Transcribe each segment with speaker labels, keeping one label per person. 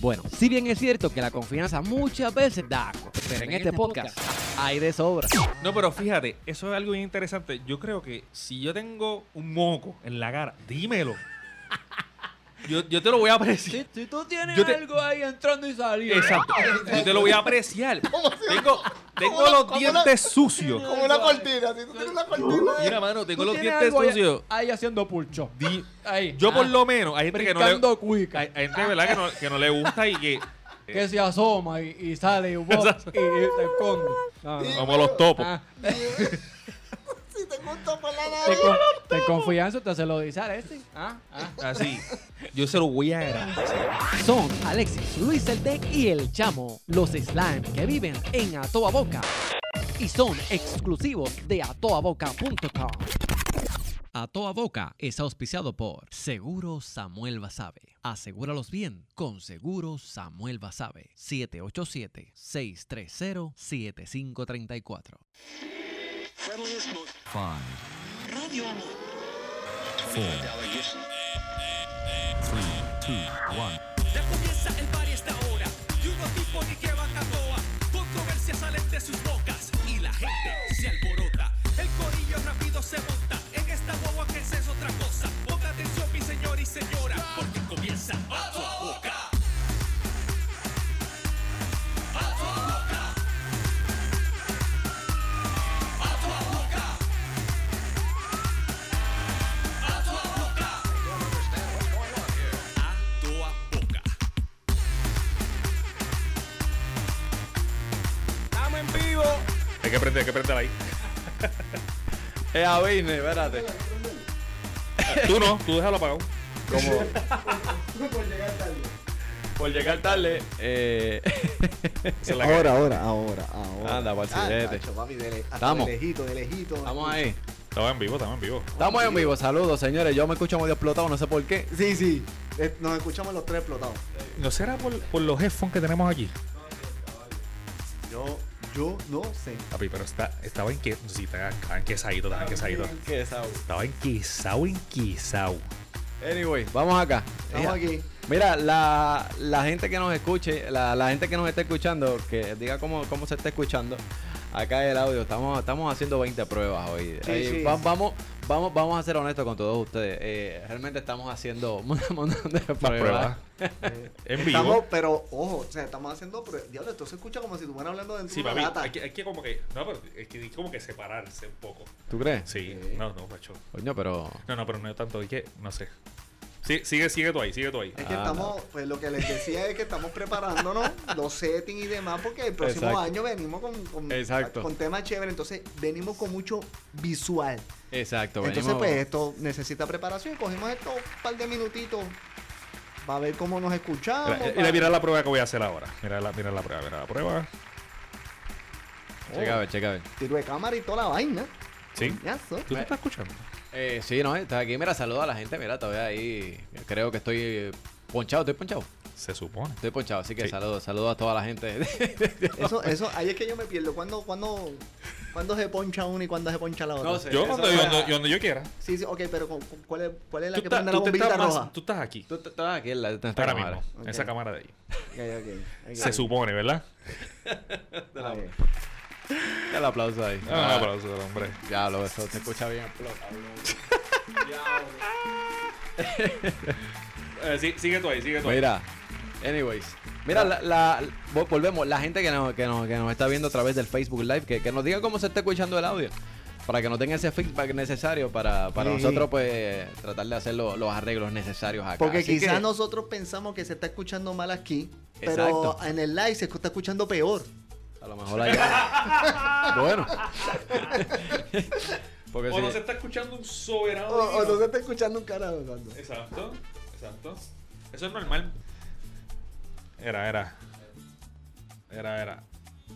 Speaker 1: Bueno, si bien es cierto que la confianza muchas veces da asco, pero en este podcast hay de sobra.
Speaker 2: No, pero fíjate, eso es algo bien interesante. Yo creo que si yo tengo un moco en la cara, dímelo. Yo, yo te lo voy a apreciar.
Speaker 1: Si tú tienes
Speaker 2: Yo te-
Speaker 1: algo ahí entrando y saliendo.
Speaker 2: Exacto. Yo te lo voy a apreciar. Tengo, tengo
Speaker 3: ¿Cómo lo-
Speaker 2: los
Speaker 3: cómo
Speaker 2: dientes sucios.
Speaker 3: Como una cortina, si tú tienes una cortina.
Speaker 2: Mira, mano, tengo
Speaker 1: Tú
Speaker 2: los
Speaker 1: tienes
Speaker 2: dientes
Speaker 1: algo ahí-
Speaker 2: sucios.
Speaker 1: Ahí, haciendo pulcho.
Speaker 2: Di-
Speaker 1: Ahí.
Speaker 2: Yo por
Speaker 1: ah,
Speaker 2: lo menos, hay gente que no le,
Speaker 1: brincando cuica.
Speaker 2: hay, hay gente ¿verdad? Que, no, que no le gusta y que...
Speaker 1: que se asoma y, y sale y, vos-
Speaker 2: Exacto.
Speaker 1: y, y te esconde. No, no.
Speaker 2: Como los topos.
Speaker 1: Ah,
Speaker 3: Si te gusta por la
Speaker 1: te,
Speaker 3: nariz.
Speaker 1: con- te confianza, te se lo dice a este. Ah, ah.
Speaker 2: Así. Yo se lo voy a agradecer.
Speaker 1: Son Alexis, Luis el Tec y el Chamo, los slime que viven en A Toda Boca y son exclusivos de atoaboca.com. A Toda Boca es auspiciado por Seguro Samuel Basabe. Asegúralos bien con Seguro Samuel Basabe. 787-630-7534.
Speaker 4: Five,
Speaker 5: Radio Amor.
Speaker 4: four, three, two, one.
Speaker 6: Ya comienza el party a esta hora Y unos tipos ni que van a toa Controversia salen de sus bocas Y la gente se alborota El corillo rápido se monta En esta guagua que esa es otra cosa Ponga atención mi señor y señora Porque comienza a tu boca A tu boca A tu boca A tu boca A toa boca
Speaker 2: Estamos en vivo. Hay que prender, hay que prender ahí.
Speaker 7: Es a business, espérate.
Speaker 2: Tú no, tú déjalo apagado.
Speaker 7: Como. Por llegar tarde. Eh.
Speaker 2: Se la
Speaker 8: Ahora, ahora, ahora, ahora.
Speaker 7: Anda, parcillete.
Speaker 8: tacho, papi, de le- hasta
Speaker 7: Estamos.
Speaker 8: de lejito, de lejito.
Speaker 7: Estamos ahí.
Speaker 2: Estaba en vivo, estaba en vivo.
Speaker 7: Estamos en vivo. Saludos, señores. Yo me escucho medio explotado, no sé por qué.
Speaker 8: Sí, sí. Eh, Nos escuchamos los tres explotados.
Speaker 2: ¿No será por, por los headphones que tenemos aquí?
Speaker 8: Yo, yo no sé.
Speaker 2: Papi, pero está, estaba en que. Sí, estaba estaba enquesadito, estaba enquesadito.
Speaker 7: Qué sabor.
Speaker 2: Estaba enquisao, enquisao.
Speaker 7: Anyway, vamos acá.
Speaker 8: Estamos aquí.
Speaker 7: Mira, la, la gente que nos escuche, la, la gente que nos está escuchando, que diga cómo, cómo se está escuchando. Acá el audio, estamos, estamos haciendo 20 pruebas hoy.
Speaker 8: Sí,
Speaker 7: Eh,
Speaker 8: sí.
Speaker 7: va- vamos, vamos, vamos a ser honestos con todos ustedes. Eh, realmente estamos haciendo un montón de pruebas.
Speaker 2: Prueba. En vivo.
Speaker 8: Eh, Estamos, pero ojo, o sea, estamos haciendo. pruebas. Diablo, esto se escucha como si estuvieran hablando dentro
Speaker 2: Sí,
Speaker 8: de una
Speaker 2: papi,
Speaker 8: lata.
Speaker 2: hay que, hay que como que. No, pero hay que, hay como que separarse un poco.
Speaker 7: ¿Tú crees?
Speaker 2: Sí, no, no, macho.
Speaker 7: Coño, pero.
Speaker 2: No, no, pero no tanto. Hay que. No sé. Sí, sigue, sigue tú ahí, sigue tú ahí.
Speaker 8: Es que
Speaker 7: Ah,
Speaker 8: estamos, pues lo que les decía es que estamos preparándonos los settings y demás, porque el próximo
Speaker 7: Exacto.
Speaker 8: año venimos con, con,
Speaker 7: Exacto.
Speaker 8: con temas chéveres, entonces venimos con mucho visual.
Speaker 7: Exacto,
Speaker 8: Entonces,
Speaker 7: venimos-
Speaker 8: pues esto necesita preparación. Cogimos esto un par de minutitos para ver cómo nos escuchamos.
Speaker 2: Mira,
Speaker 8: pa-
Speaker 2: mira, mira la prueba que voy a hacer ahora. Mira la, mira la prueba, mira la prueba.
Speaker 7: Checa a ver, checa a ver.
Speaker 8: oh, Tiro de cámara y toda la vaina.
Speaker 2: Sí.
Speaker 8: Coñazo.
Speaker 2: ¿Tú te estás escuchando?
Speaker 7: Eh, sí, no, estás aquí. Mira, saluda a la gente. Mira, todavía ahí. Creo que estoy eh, ponchado, estoy ponchado.
Speaker 2: Se supone.
Speaker 7: Estoy ponchado, así que
Speaker 2: Sí.
Speaker 7: saludos, saludos a toda la gente.
Speaker 8: Eso, eso, ahí es que yo me pierdo. ¿Cuándo, cuándo, cuándo se poncha uno y cuándo se poncha la otra?
Speaker 7: No sé.
Speaker 2: Yo
Speaker 7: Eso
Speaker 2: cuando,
Speaker 7: no
Speaker 2: yo,
Speaker 7: era-
Speaker 2: yo donde yo quiera.
Speaker 8: Sí, sí, ok, pero ¿cu- cu- ¿cuál es, cuál es la
Speaker 2: Tú,
Speaker 8: que
Speaker 2: estás-
Speaker 8: prende la
Speaker 2: tú te
Speaker 8: bombita
Speaker 2: estás más-
Speaker 8: roja?
Speaker 2: tú estás aquí.
Speaker 7: Tú tú estabas aquí en la, en esta
Speaker 2: Ahora
Speaker 7: cámara.
Speaker 2: mismo.
Speaker 8: Ok.
Speaker 2: Esa cámara de ahí.
Speaker 8: Ok, ok, ok.
Speaker 2: Se supone, ¿verdad?
Speaker 8: Ok.
Speaker 7: Dale el aplauso ahí.
Speaker 2: Ah, un aplauso al hombre.
Speaker 7: Ya, lo eso se escucha bien.
Speaker 2: Eh, sí, sigue tú ahí, sigue tú ahí.
Speaker 7: Mira, anyways.
Speaker 2: Ah.
Speaker 7: Mira, la, la- vol- volvemos. La gente que nos, que, nos, que nos está viendo a través del Facebook Live, que, que nos diga cómo se está escuchando el audio. Para que nos tenga ese feedback necesario para, para
Speaker 8: Sí.
Speaker 7: nosotros, pues, tratar de hacer lo- los arreglos necesarios acá.
Speaker 8: Porque
Speaker 7: Así que-
Speaker 8: quizás nosotros pensamos que se está escuchando mal aquí,
Speaker 7: Exacto.
Speaker 8: pero en el live se está escuchando peor.
Speaker 7: A lo mejor hay. bueno. Porque
Speaker 2: O no
Speaker 7: Pues sí.
Speaker 2: se está escuchando un soberano.
Speaker 8: O, o
Speaker 2: divino.
Speaker 8: no se está escuchando un carajo. Eduardo.
Speaker 2: Exacto, exacto. Eso es normal. Era, era. Era, era.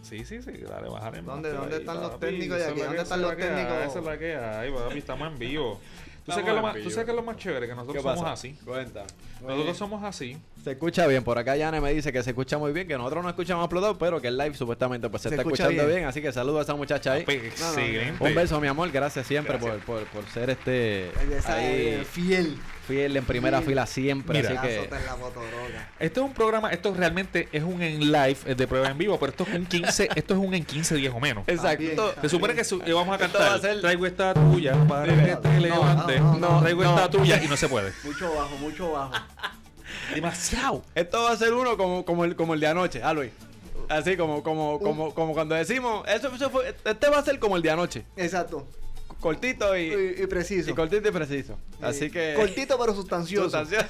Speaker 2: Sí, sí, sí, dale, bájale.
Speaker 8: ¿Dónde-
Speaker 2: máster
Speaker 8: dónde
Speaker 2: ahí,
Speaker 8: están los
Speaker 2: papi.
Speaker 8: técnicos de
Speaker 2: Esa es
Speaker 8: aquí?
Speaker 2: la
Speaker 8: ¿Dónde
Speaker 2: que-
Speaker 8: están
Speaker 2: esa
Speaker 8: los
Speaker 2: es la que
Speaker 8: técnicos?
Speaker 2: hay, Esa es la que hay, papi, estamos en vivo. ¿Tú sabes, que
Speaker 7: Estamos
Speaker 2: es lo
Speaker 7: en
Speaker 2: más,
Speaker 7: vivo.
Speaker 2: tú sabes que es lo más chévere? Que
Speaker 7: ¿Qué
Speaker 2: nosotros
Speaker 7: pasa?
Speaker 2: somos así.
Speaker 7: Cuenta.
Speaker 2: Nosotros somos así.
Speaker 7: Se escucha bien. Por acá Yane me dice que se escucha muy bien, que nosotros no escuchamos explotado, pero que el live supuestamente pues, se,
Speaker 8: Se
Speaker 7: está
Speaker 8: escucha
Speaker 7: escuchando bien.
Speaker 8: bien.
Speaker 7: Así que saludo a esa muchacha ahí.
Speaker 2: Papi, Excelente.
Speaker 7: Un beso, mi amor. Gracias siempre
Speaker 2: Gracias.
Speaker 7: Por, por, por ser este
Speaker 8: Esa
Speaker 7: ahí,
Speaker 8: es fiel.
Speaker 7: fiel, en primera
Speaker 8: Sí.
Speaker 7: fila siempre.
Speaker 9: Mira.
Speaker 7: así que.
Speaker 8: Azota en la fotoroga.
Speaker 9: Esto es un programa, esto realmente es un en live eh, de prueba en vivo, pero esto es un 15, esto es un en 15 días o menos.
Speaker 8: También,
Speaker 7: Exacto.
Speaker 9: Se supone que su- eh, vamos a
Speaker 7: Esto
Speaker 9: cantar.
Speaker 7: va a ser-
Speaker 9: Traigo esta tuya para
Speaker 7: Mira.
Speaker 9: que te levantes.
Speaker 8: no,
Speaker 7: no,
Speaker 9: Traigo
Speaker 7: no.
Speaker 9: esta tuya y no se puede.
Speaker 8: Mucho bajo, mucho bajo.
Speaker 9: Demasiado.
Speaker 7: Esto va a ser uno como, como, el, como el de anoche, ah, Luis. Así como, como, como, como cuando decimos, eso, eso fue, este va a ser como el de anoche.
Speaker 8: Exacto.
Speaker 7: Cortito y,
Speaker 8: Y, y preciso.
Speaker 7: y cortito y preciso. Así que.
Speaker 8: Cortito pero sustancioso.
Speaker 7: sustancioso.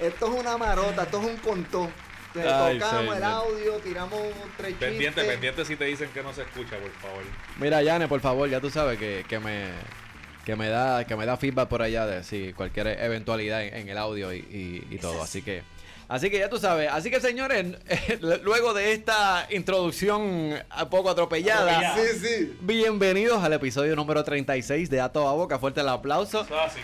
Speaker 8: Esto es una marota, esto es un contó. Te
Speaker 9: Ay,
Speaker 8: tocamos
Speaker 9: señor.
Speaker 8: el audio, tiramos un tres
Speaker 9: Pendiente,
Speaker 8: chistes.
Speaker 9: pendiente si te dicen que no se escucha, por favor.
Speaker 7: Mira, Yane, por favor, ya tú sabes que, que me. Que me, da, que me da feedback por allá de si cualquier eventualidad en, en el audio y, y- y todo. Así que, así que ya tú sabes. Así que, señores, luego de esta introducción a poco atropellada,
Speaker 8: Sí, sí.
Speaker 7: bienvenidos al episodio número 36 de A Toda Boca. Fuerte el aplauso.
Speaker 9: así.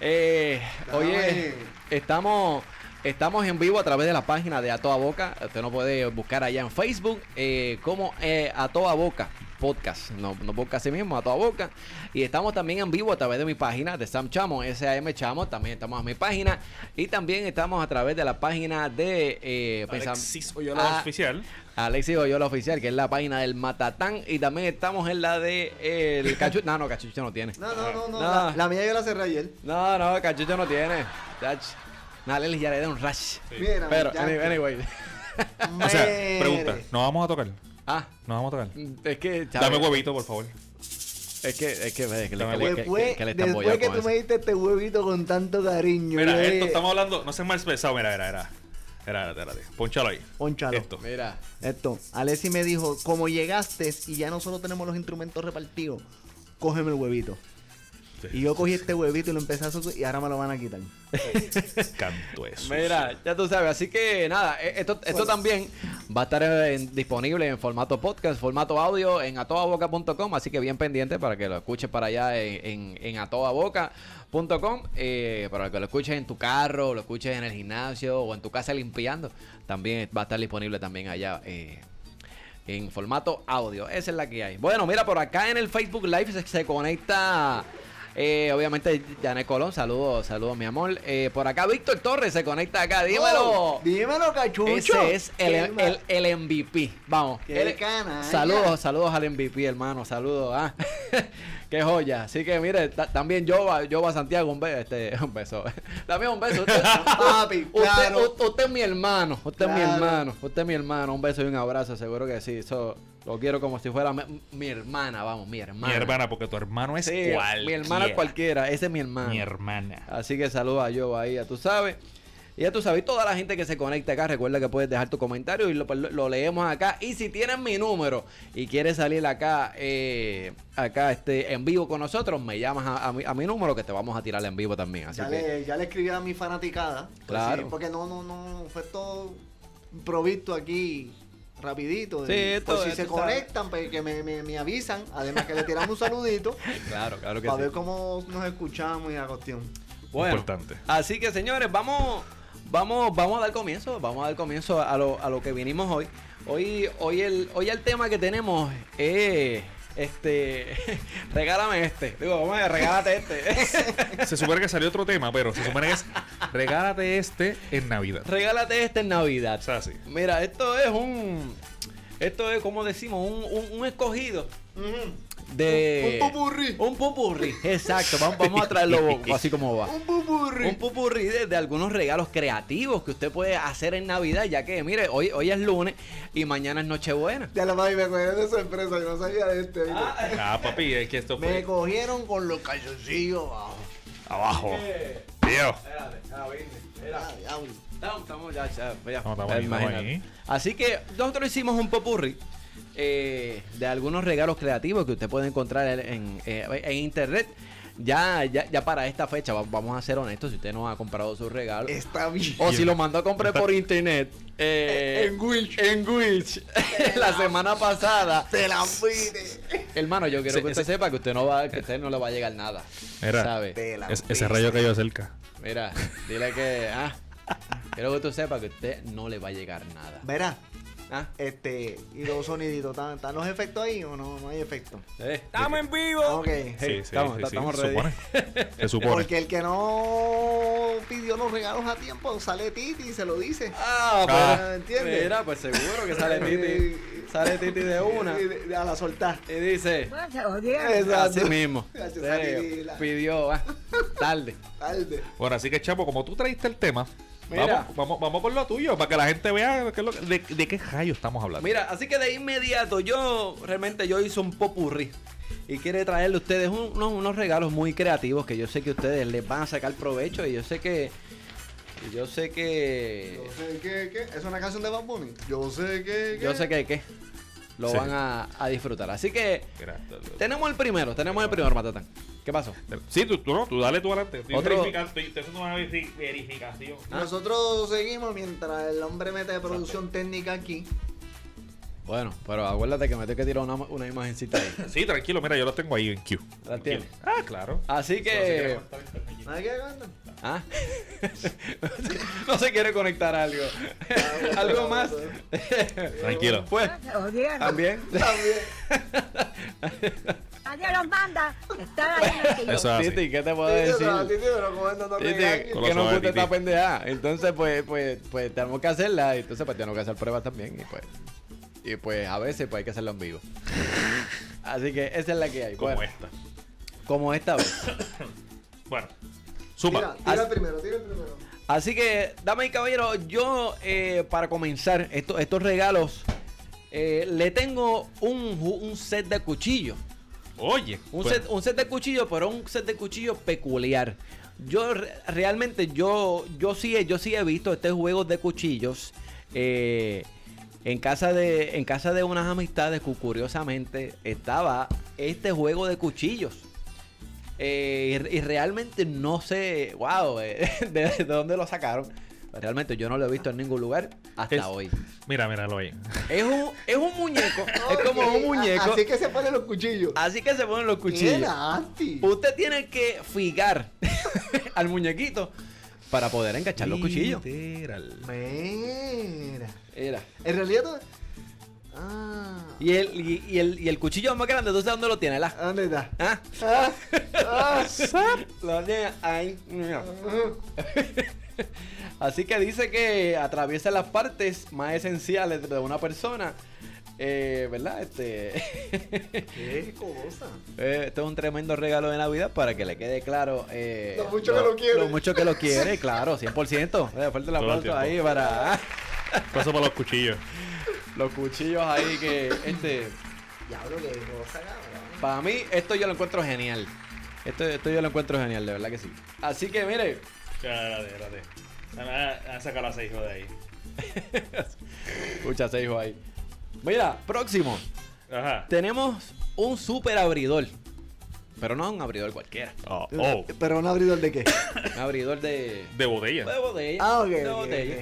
Speaker 7: Eh,
Speaker 8: Dame.
Speaker 7: oye, estamos, estamos en vivo a través de la página de A Toda Boca. Usted nos puede buscar allá en Facebook eh, como eh, A Toda Boca Podcast. No, no busca así mismo, A Toda Boca. Y estamos también en vivo a través de mi página de Sam Chamo, SAM Chamo. También estamos en mi página. Y también estamos a través de la página de eh, Pensam-
Speaker 9: Alexis Oyola
Speaker 7: Ah,
Speaker 9: oficial.
Speaker 7: Alexis Oyola Oficial, que es la página del Matatán. Y también estamos en la de eh, el Cachucho. No, no, Cachucho no tiene.
Speaker 8: No, no, no, no.
Speaker 7: No.
Speaker 8: La, la mía yo la cerré ayer.
Speaker 7: No, no, Cachucho no tiene. Dach. Nada, ya le da un rush.
Speaker 8: Mira,
Speaker 7: Pero,
Speaker 8: muchacho.
Speaker 7: any- anyway.
Speaker 9: O sea,
Speaker 8: Mere.
Speaker 7: Eh.
Speaker 9: pregunta, ¿nos vamos a tocar? ¿Nos
Speaker 7: Ah,
Speaker 9: vamos a tocar?
Speaker 7: es que. chaval,
Speaker 9: Dame huevito, por favor.
Speaker 7: Es que, es que, es que, que-
Speaker 9: Dame
Speaker 7: que- que-
Speaker 8: Después,
Speaker 7: que le están
Speaker 8: después
Speaker 7: bollando
Speaker 8: que
Speaker 7: con
Speaker 8: tú
Speaker 7: eso.
Speaker 8: me diste este huevito con tanto cariño. yo eh,
Speaker 9: Mira,
Speaker 8: le-
Speaker 9: esto estamos hablando, no seas mal expresado, mira, mira, mira. Mira, mira, mira. Ponchalo ahí.
Speaker 8: Pónchalo.
Speaker 9: Esto.
Speaker 7: Mira,
Speaker 8: Esto, Alessi me dijo, como llegaste y ya nosotros tenemos los instrumentos repartidos, cógeme el huevito.
Speaker 9: Sí.
Speaker 8: Y yo cogí este huevito y lo empecé a sostener y ahora me lo van a quitar.
Speaker 9: Canto eso.
Speaker 7: mira, ya tú sabes. Así que nada, e- esto, esto también va a estar en- disponible en formato podcast, formato audio en atodaboca.com. Así que bien pendiente para que lo escuches para allá en, en, en atodaboca.com. eh, para que lo escuches en tu carro, lo escuches en el gimnasio o en tu casa limpiando. También va a estar disponible también allá. eh, en formato audio. Esa es la que hay. Bueno, mira, por acá en el Facebook Live se, se conecta. eh, obviamente, Janet Colón, saludos, saludos, mi amor. Eh, por acá, Víctor Torres se conecta acá, dímelo.
Speaker 8: Oh, dímelo, cachucho.
Speaker 7: Ese es el,
Speaker 8: Qué ma-
Speaker 7: el- el MVP. Vamos.
Speaker 8: Qué
Speaker 7: El-
Speaker 8: canalla.
Speaker 7: Saludos, saludos al MVP, hermano. Saludos. ah. Qué joya. Así que mire, ta- también yo a Santiago un beso. Este, un beso. También un beso. Usted,
Speaker 8: Papi,
Speaker 7: usted-
Speaker 8: claro.
Speaker 7: u- usted es mi hermano. Usted es mi
Speaker 8: Claro.
Speaker 7: hermano. Usted es mi hermano. Un beso y un abrazo, seguro que sí. Eso lo quiero como si fuera mi, mi hermana, vamos, mi hermana.
Speaker 9: Mi hermana, porque tu hermano es
Speaker 7: Sí,
Speaker 9: cualquiera.
Speaker 7: mi hermana cualquiera. Ese es mi hermano.
Speaker 9: Mi hermana.
Speaker 7: Así que saluda a Yoba ahí, ya tú sabes. Y ya tú sabes, y toda la gente que se conecta acá, recuerda que puedes dejar tu comentario y lo, pues, lo- lo leemos acá. Y si tienes mi número y quieres salir acá, eh, acá este, en vivo con nosotros, me llamas a, a mi, a mi número que te vamos a tirar en vivo también. Así
Speaker 8: Ya,
Speaker 7: que,
Speaker 8: le, ya le escribí a mi fanaticada. Pues
Speaker 7: Claro.
Speaker 8: sí, porque no, no, no. Fue todo provisto aquí rapidito.
Speaker 7: Sí,
Speaker 8: Y,
Speaker 7: esto
Speaker 8: pues, si
Speaker 7: es,
Speaker 8: se
Speaker 7: tú sabes.
Speaker 8: conectan, pues, que me, me- me avisan. Además que le tiramos un saludito.
Speaker 7: claro, claro que
Speaker 8: para ver
Speaker 7: sí.
Speaker 8: cómo nos escuchamos y la cuestión.
Speaker 7: Bueno,
Speaker 9: Importante.
Speaker 7: así que señores, vamos, vamos, vamos a dar comienzo, vamos a dar comienzo a lo, a lo que vinimos hoy. Hoy, hoy el, hoy el tema que tenemos es este, regálame este. Digo, vamos a regálate este.
Speaker 9: Se supone que salió otro tema, pero se supone que es regálate este en Navidad.
Speaker 7: regálate este en Navidad.
Speaker 9: O sea, sí.
Speaker 7: Mira, esto es un, esto es como decimos, un, un- un escogido. Mm-hmm. De
Speaker 8: Un- un popurrí.
Speaker 7: Un popurrí, exacto. Vamos, vamos a traerlo así como va.
Speaker 8: Un pupurri.
Speaker 7: Un pupurrí de, de algunos regalos creativos que usted puede hacer en Navidad, ya que, mire, hoy, hoy es lunes y mañana es Nochebuena.
Speaker 8: Ya la madre me cogieron de sorpresa, yo no sabía de este. ¿viste?
Speaker 9: Ah, papi, es que esto
Speaker 8: me
Speaker 9: fue
Speaker 8: cogieron con los calzoncillos abajo.
Speaker 9: abajo. Tío.
Speaker 8: Ah, diablo.
Speaker 7: Estamos, estamos ya, ya, ya,
Speaker 9: Estamos, estamos
Speaker 7: ya,
Speaker 9: ahí,
Speaker 7: imagínate.
Speaker 9: estamos ahí.
Speaker 7: Así que nosotros hicimos un popurrí eh, de algunos regalos creativos que usted puede encontrar en, en, eh, en internet. Ya, ya, ya para esta fecha, va- vamos a ser honestos, si usted no ha comprado su regalo.
Speaker 8: Está bien.
Speaker 7: O si lo mandó a comprar por internet. eh,
Speaker 8: En Wish.
Speaker 7: En Wish. la semana pasada.
Speaker 8: Te la pide.
Speaker 7: Hermano, yo quiero
Speaker 9: Ese-
Speaker 7: que usted
Speaker 9: ese-
Speaker 7: sepa que usted no va, que usted no le va a llegar nada.
Speaker 9: Era.
Speaker 7: ¿Sabe?
Speaker 8: Te la
Speaker 9: Es-
Speaker 8: pide.
Speaker 9: ese rayo cayó cerca.
Speaker 7: Mira, dile que. Ah, quiero que usted sepa que usted no le va a llegar nada.
Speaker 8: Verá,
Speaker 7: Ah.
Speaker 8: Este, y dos soniditos. ¿Están, están los efectos ahí o no? No hay efecto.
Speaker 7: Eh,
Speaker 3: ¡Estamos en vivo!
Speaker 8: Ok.
Speaker 7: Sí, estamos- estamos
Speaker 9: se
Speaker 7: ready.
Speaker 9: supone. Se supone.
Speaker 8: Porque el que no pidió los regalos a tiempo sale Titi y se lo dice.
Speaker 7: Ah, pues,
Speaker 9: Ah.
Speaker 8: ¿Entiendes?
Speaker 7: Mira, pues seguro que sale Titi. sale Titi de una.
Speaker 8: Y Eh, de- A la soltar.
Speaker 7: Y dice.
Speaker 8: Exacto.
Speaker 7: Así mismo.
Speaker 8: Ya, yo
Speaker 7: Serio,
Speaker 8: salí de la-
Speaker 7: Pidió, ah, tarde.
Speaker 8: Tarde.
Speaker 9: Bueno, así que, Chapo, como tú traíste el tema,
Speaker 7: Mira.
Speaker 9: vamos, vamos, vamos con lo tuyo, para que la gente vea qué es lo que- de, de qué rayo estamos hablando.
Speaker 7: Mira, así que de inmediato, yo realmente yo hice un popurrí. Y quiere traerle a ustedes un- unos, unos regalos muy creativos que yo sé que ustedes les van a sacar provecho. Y yo sé que. y Yo sé que.
Speaker 8: Yo sé que, que- ¿Es una canción de Bad Bunny? Yo sé que, que-
Speaker 7: Yo sé que qué. Lo
Speaker 9: Sí.
Speaker 7: van a, a disfrutar. Así que.
Speaker 9: Mira, te- te-
Speaker 7: Tenemos el primero, tenemos el primero, Matatán. ¿Qué pasó?
Speaker 9: te- Sí, tú, tú, no, tú dale tú adelante. Estoy
Speaker 7: Otro-
Speaker 9: verificando, estoy- estoy haciendo una verifi- verificación.
Speaker 7: ah.
Speaker 8: Nosotros seguimos mientras el hombre mete producción técnica aquí.
Speaker 7: Bueno, pero acuérdate que me tengo que tirar una, una imagencita ahí.
Speaker 9: Sí, tranquilo, mira, yo los tengo ahí en Q.
Speaker 7: ¿La tienes?
Speaker 9: Ah, claro.
Speaker 7: Así que.
Speaker 8: ¿Sabes qué, Gordon?
Speaker 7: ¿Ah? no se quiere conectar a algo. algo más.
Speaker 9: Tranquilo.
Speaker 7: Pues, también.
Speaker 8: También.
Speaker 7: Ah.
Speaker 10: Nadie los manda. Están ahí metidos.
Speaker 9: Eso es así.
Speaker 7: Titi, ¿qué te puedo
Speaker 8: Titi,
Speaker 7: decir?
Speaker 8: no, Titi, pero como él no nos
Speaker 7: Titi,
Speaker 8: regaña.
Speaker 9: Con
Speaker 7: que
Speaker 9: los
Speaker 7: no
Speaker 9: ojos de
Speaker 7: gusta esta
Speaker 9: Titi.
Speaker 7: pendeja. Entonces, pues, pues, pues, tenemos que hacerla. Entonces, pues, tenemos que hacer pruebas también. Y pues, y pues, a veces, pues, hay que hacerla en vivo. Así que esa es la que hay.
Speaker 9: Como
Speaker 7: bueno,
Speaker 9: esta.
Speaker 7: como esta vez.
Speaker 9: Bueno,
Speaker 8: Tira,
Speaker 9: suma.
Speaker 8: tira el primero, tira el primero.
Speaker 7: Así que, damas y caballeros, yo eh, para comenzar esto- estos regalos, eh, le tengo un, ju- un set de cuchillos.
Speaker 9: Oye.
Speaker 7: Un,
Speaker 9: pues,
Speaker 7: set, un set de cuchillos, pero un set de cuchillos peculiar. Yo re- realmente, yo, yo, sí, he- yo sí he visto este juego de cuchillos eh, en, casa de, en casa de unas amistades que curiosamente estaba este juego de cuchillos. Eh, y, y realmente no sé, wow, eh, de, de dónde lo sacaron. Realmente yo no lo he visto en ningún lugar hasta
Speaker 9: Es-
Speaker 7: hoy.
Speaker 9: Mira, míralo ahí.
Speaker 7: Es un, es un muñeco, es como
Speaker 8: Ok,
Speaker 7: un
Speaker 8: a-
Speaker 7: muñeco. Ah,
Speaker 8: Así que se ponen los cuchillos.
Speaker 7: Así que se ponen los
Speaker 8: Qué
Speaker 7: cuchillos.
Speaker 8: nasty.
Speaker 7: Usted tiene que figar al muñequito para poder enganchar los cuchillos.
Speaker 9: Literal.
Speaker 8: Mira.
Speaker 7: Era.
Speaker 8: En realidad. tú- Ah.
Speaker 7: Y el, y, y el, y el cuchillo más grande, ¿entonces dónde lo tiene? La,
Speaker 8: ¿Dónde está?
Speaker 7: ¿Ah?
Speaker 8: Ah, ah.
Speaker 7: Lo tiene ahí. mira. Así que dice que atraviesa las partes más esenciales de una persona. Eh, ¿Verdad? Este,
Speaker 8: Qué cosa.
Speaker 7: Eh, esto es un tremendo regalo de Navidad para que le quede claro. eh,
Speaker 8: Lo mucho que lo quiere.
Speaker 7: Lo mucho que lo quiere, claro, 100%. Eh, fuerte el
Speaker 9: Todo el
Speaker 7: aplauso
Speaker 9: tiempo.
Speaker 7: ahí para ah,
Speaker 9: Paso por los cuchillos.
Speaker 7: los cuchillos ahí que, este,
Speaker 8: Diablo, qué cosa, cabrón.
Speaker 7: para mí esto yo lo encuentro genial. Esto, esto yo lo encuentro genial, de verdad que sí. Así que mire,
Speaker 9: Espérate, espérate. Ah, Dame a sacar a ese hijo de ahí.
Speaker 7: escucha ese hijo ahí. Mira, próximo.
Speaker 9: Ajá.
Speaker 7: Tenemos un super abridor. Pero no un abridor cualquiera.
Speaker 9: Oh, oh.
Speaker 8: Pero un abridor de qué?
Speaker 7: Un abridor de...
Speaker 9: De botella.
Speaker 7: De botella.
Speaker 8: Ah, ok,
Speaker 7: De
Speaker 8: ok,
Speaker 7: botella.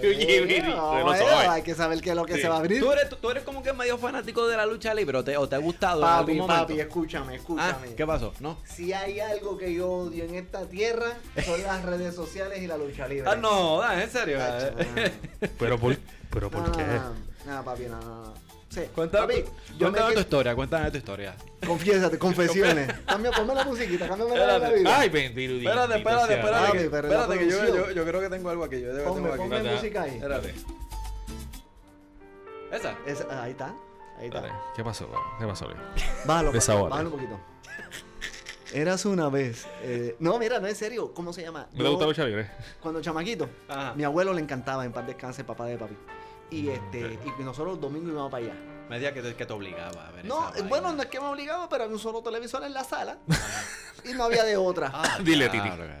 Speaker 9: Oye, Viri, tú
Speaker 8: Ah,
Speaker 9: no
Speaker 8: bueno,
Speaker 9: sabes.
Speaker 8: hay que saber qué es lo que
Speaker 9: Sí.
Speaker 8: se va a abrir.
Speaker 7: ¿Tú eres, tú eres como que medio fanático de la lucha libre o te, o te ha gustado en algún
Speaker 8: Papi,
Speaker 7: momento?
Speaker 8: papi, escúchame,
Speaker 7: ah,
Speaker 8: escúchame.
Speaker 7: ¿Qué pasó? ¿No?
Speaker 8: si hay algo que yo odio en esta tierra, son las redes sociales y la lucha libre.
Speaker 7: Ah, no, ah, en serio.
Speaker 8: Cacho,
Speaker 9: Pero por, pero
Speaker 8: No,
Speaker 9: por qué.
Speaker 8: no, no, papi, no, no, no. Sí, papi,
Speaker 7: Cuéntame,
Speaker 8: yo me
Speaker 7: cuéntame tu
Speaker 8: quedo-
Speaker 7: historia, cuéntame tu historia.
Speaker 8: Confiésate, confesiones. Cambia, ponme la musiquita, cámbiame la de la
Speaker 7: Espérate.
Speaker 8: vida.
Speaker 9: Ay, bendito. Dios,
Speaker 7: Espérate,
Speaker 9: bendito
Speaker 7: espérate,
Speaker 9: sea.
Speaker 7: espérate.
Speaker 8: Papi,
Speaker 7: que-
Speaker 8: pero la
Speaker 7: espérate que yo, yo,
Speaker 8: producción.
Speaker 7: yo creo que tengo algo aquí. Yo creo que
Speaker 8: Ponme,
Speaker 7: tengo
Speaker 8: ponme
Speaker 7: aquí.
Speaker 9: Espérate.
Speaker 8: música ahí.
Speaker 7: Espérate. Esa.
Speaker 8: Es- ahí está, ahí está.
Speaker 9: Espérate, ¿Qué pasó? Pablo? ¿Qué pasó? Luis?
Speaker 8: Bájalo, bájalo,
Speaker 9: Desahógate.
Speaker 8: bájalo un poquito. Eras una vez. eh, no, mira, no es serio. ¿Cómo se llama?
Speaker 9: ¿No te
Speaker 8: Yo-
Speaker 9: gusta lucha libre?
Speaker 8: Cuando chamaquito,
Speaker 7: Ajá. Mm,
Speaker 8: mi abuelo le encantaba en paz descanse, papá de papi. Y este, y nosotros los domingos íbamos para allá.
Speaker 7: Me decía que te, que te obligaba a ver
Speaker 8: No, eh,
Speaker 7: esa
Speaker 8: bueno, no
Speaker 7: vaina.
Speaker 8: es que me obligaba, pero había un solo televisor en la sala y no había de otra.
Speaker 7: Ah,
Speaker 9: Dile,
Speaker 7: claro,
Speaker 9: Titi.
Speaker 7: claro.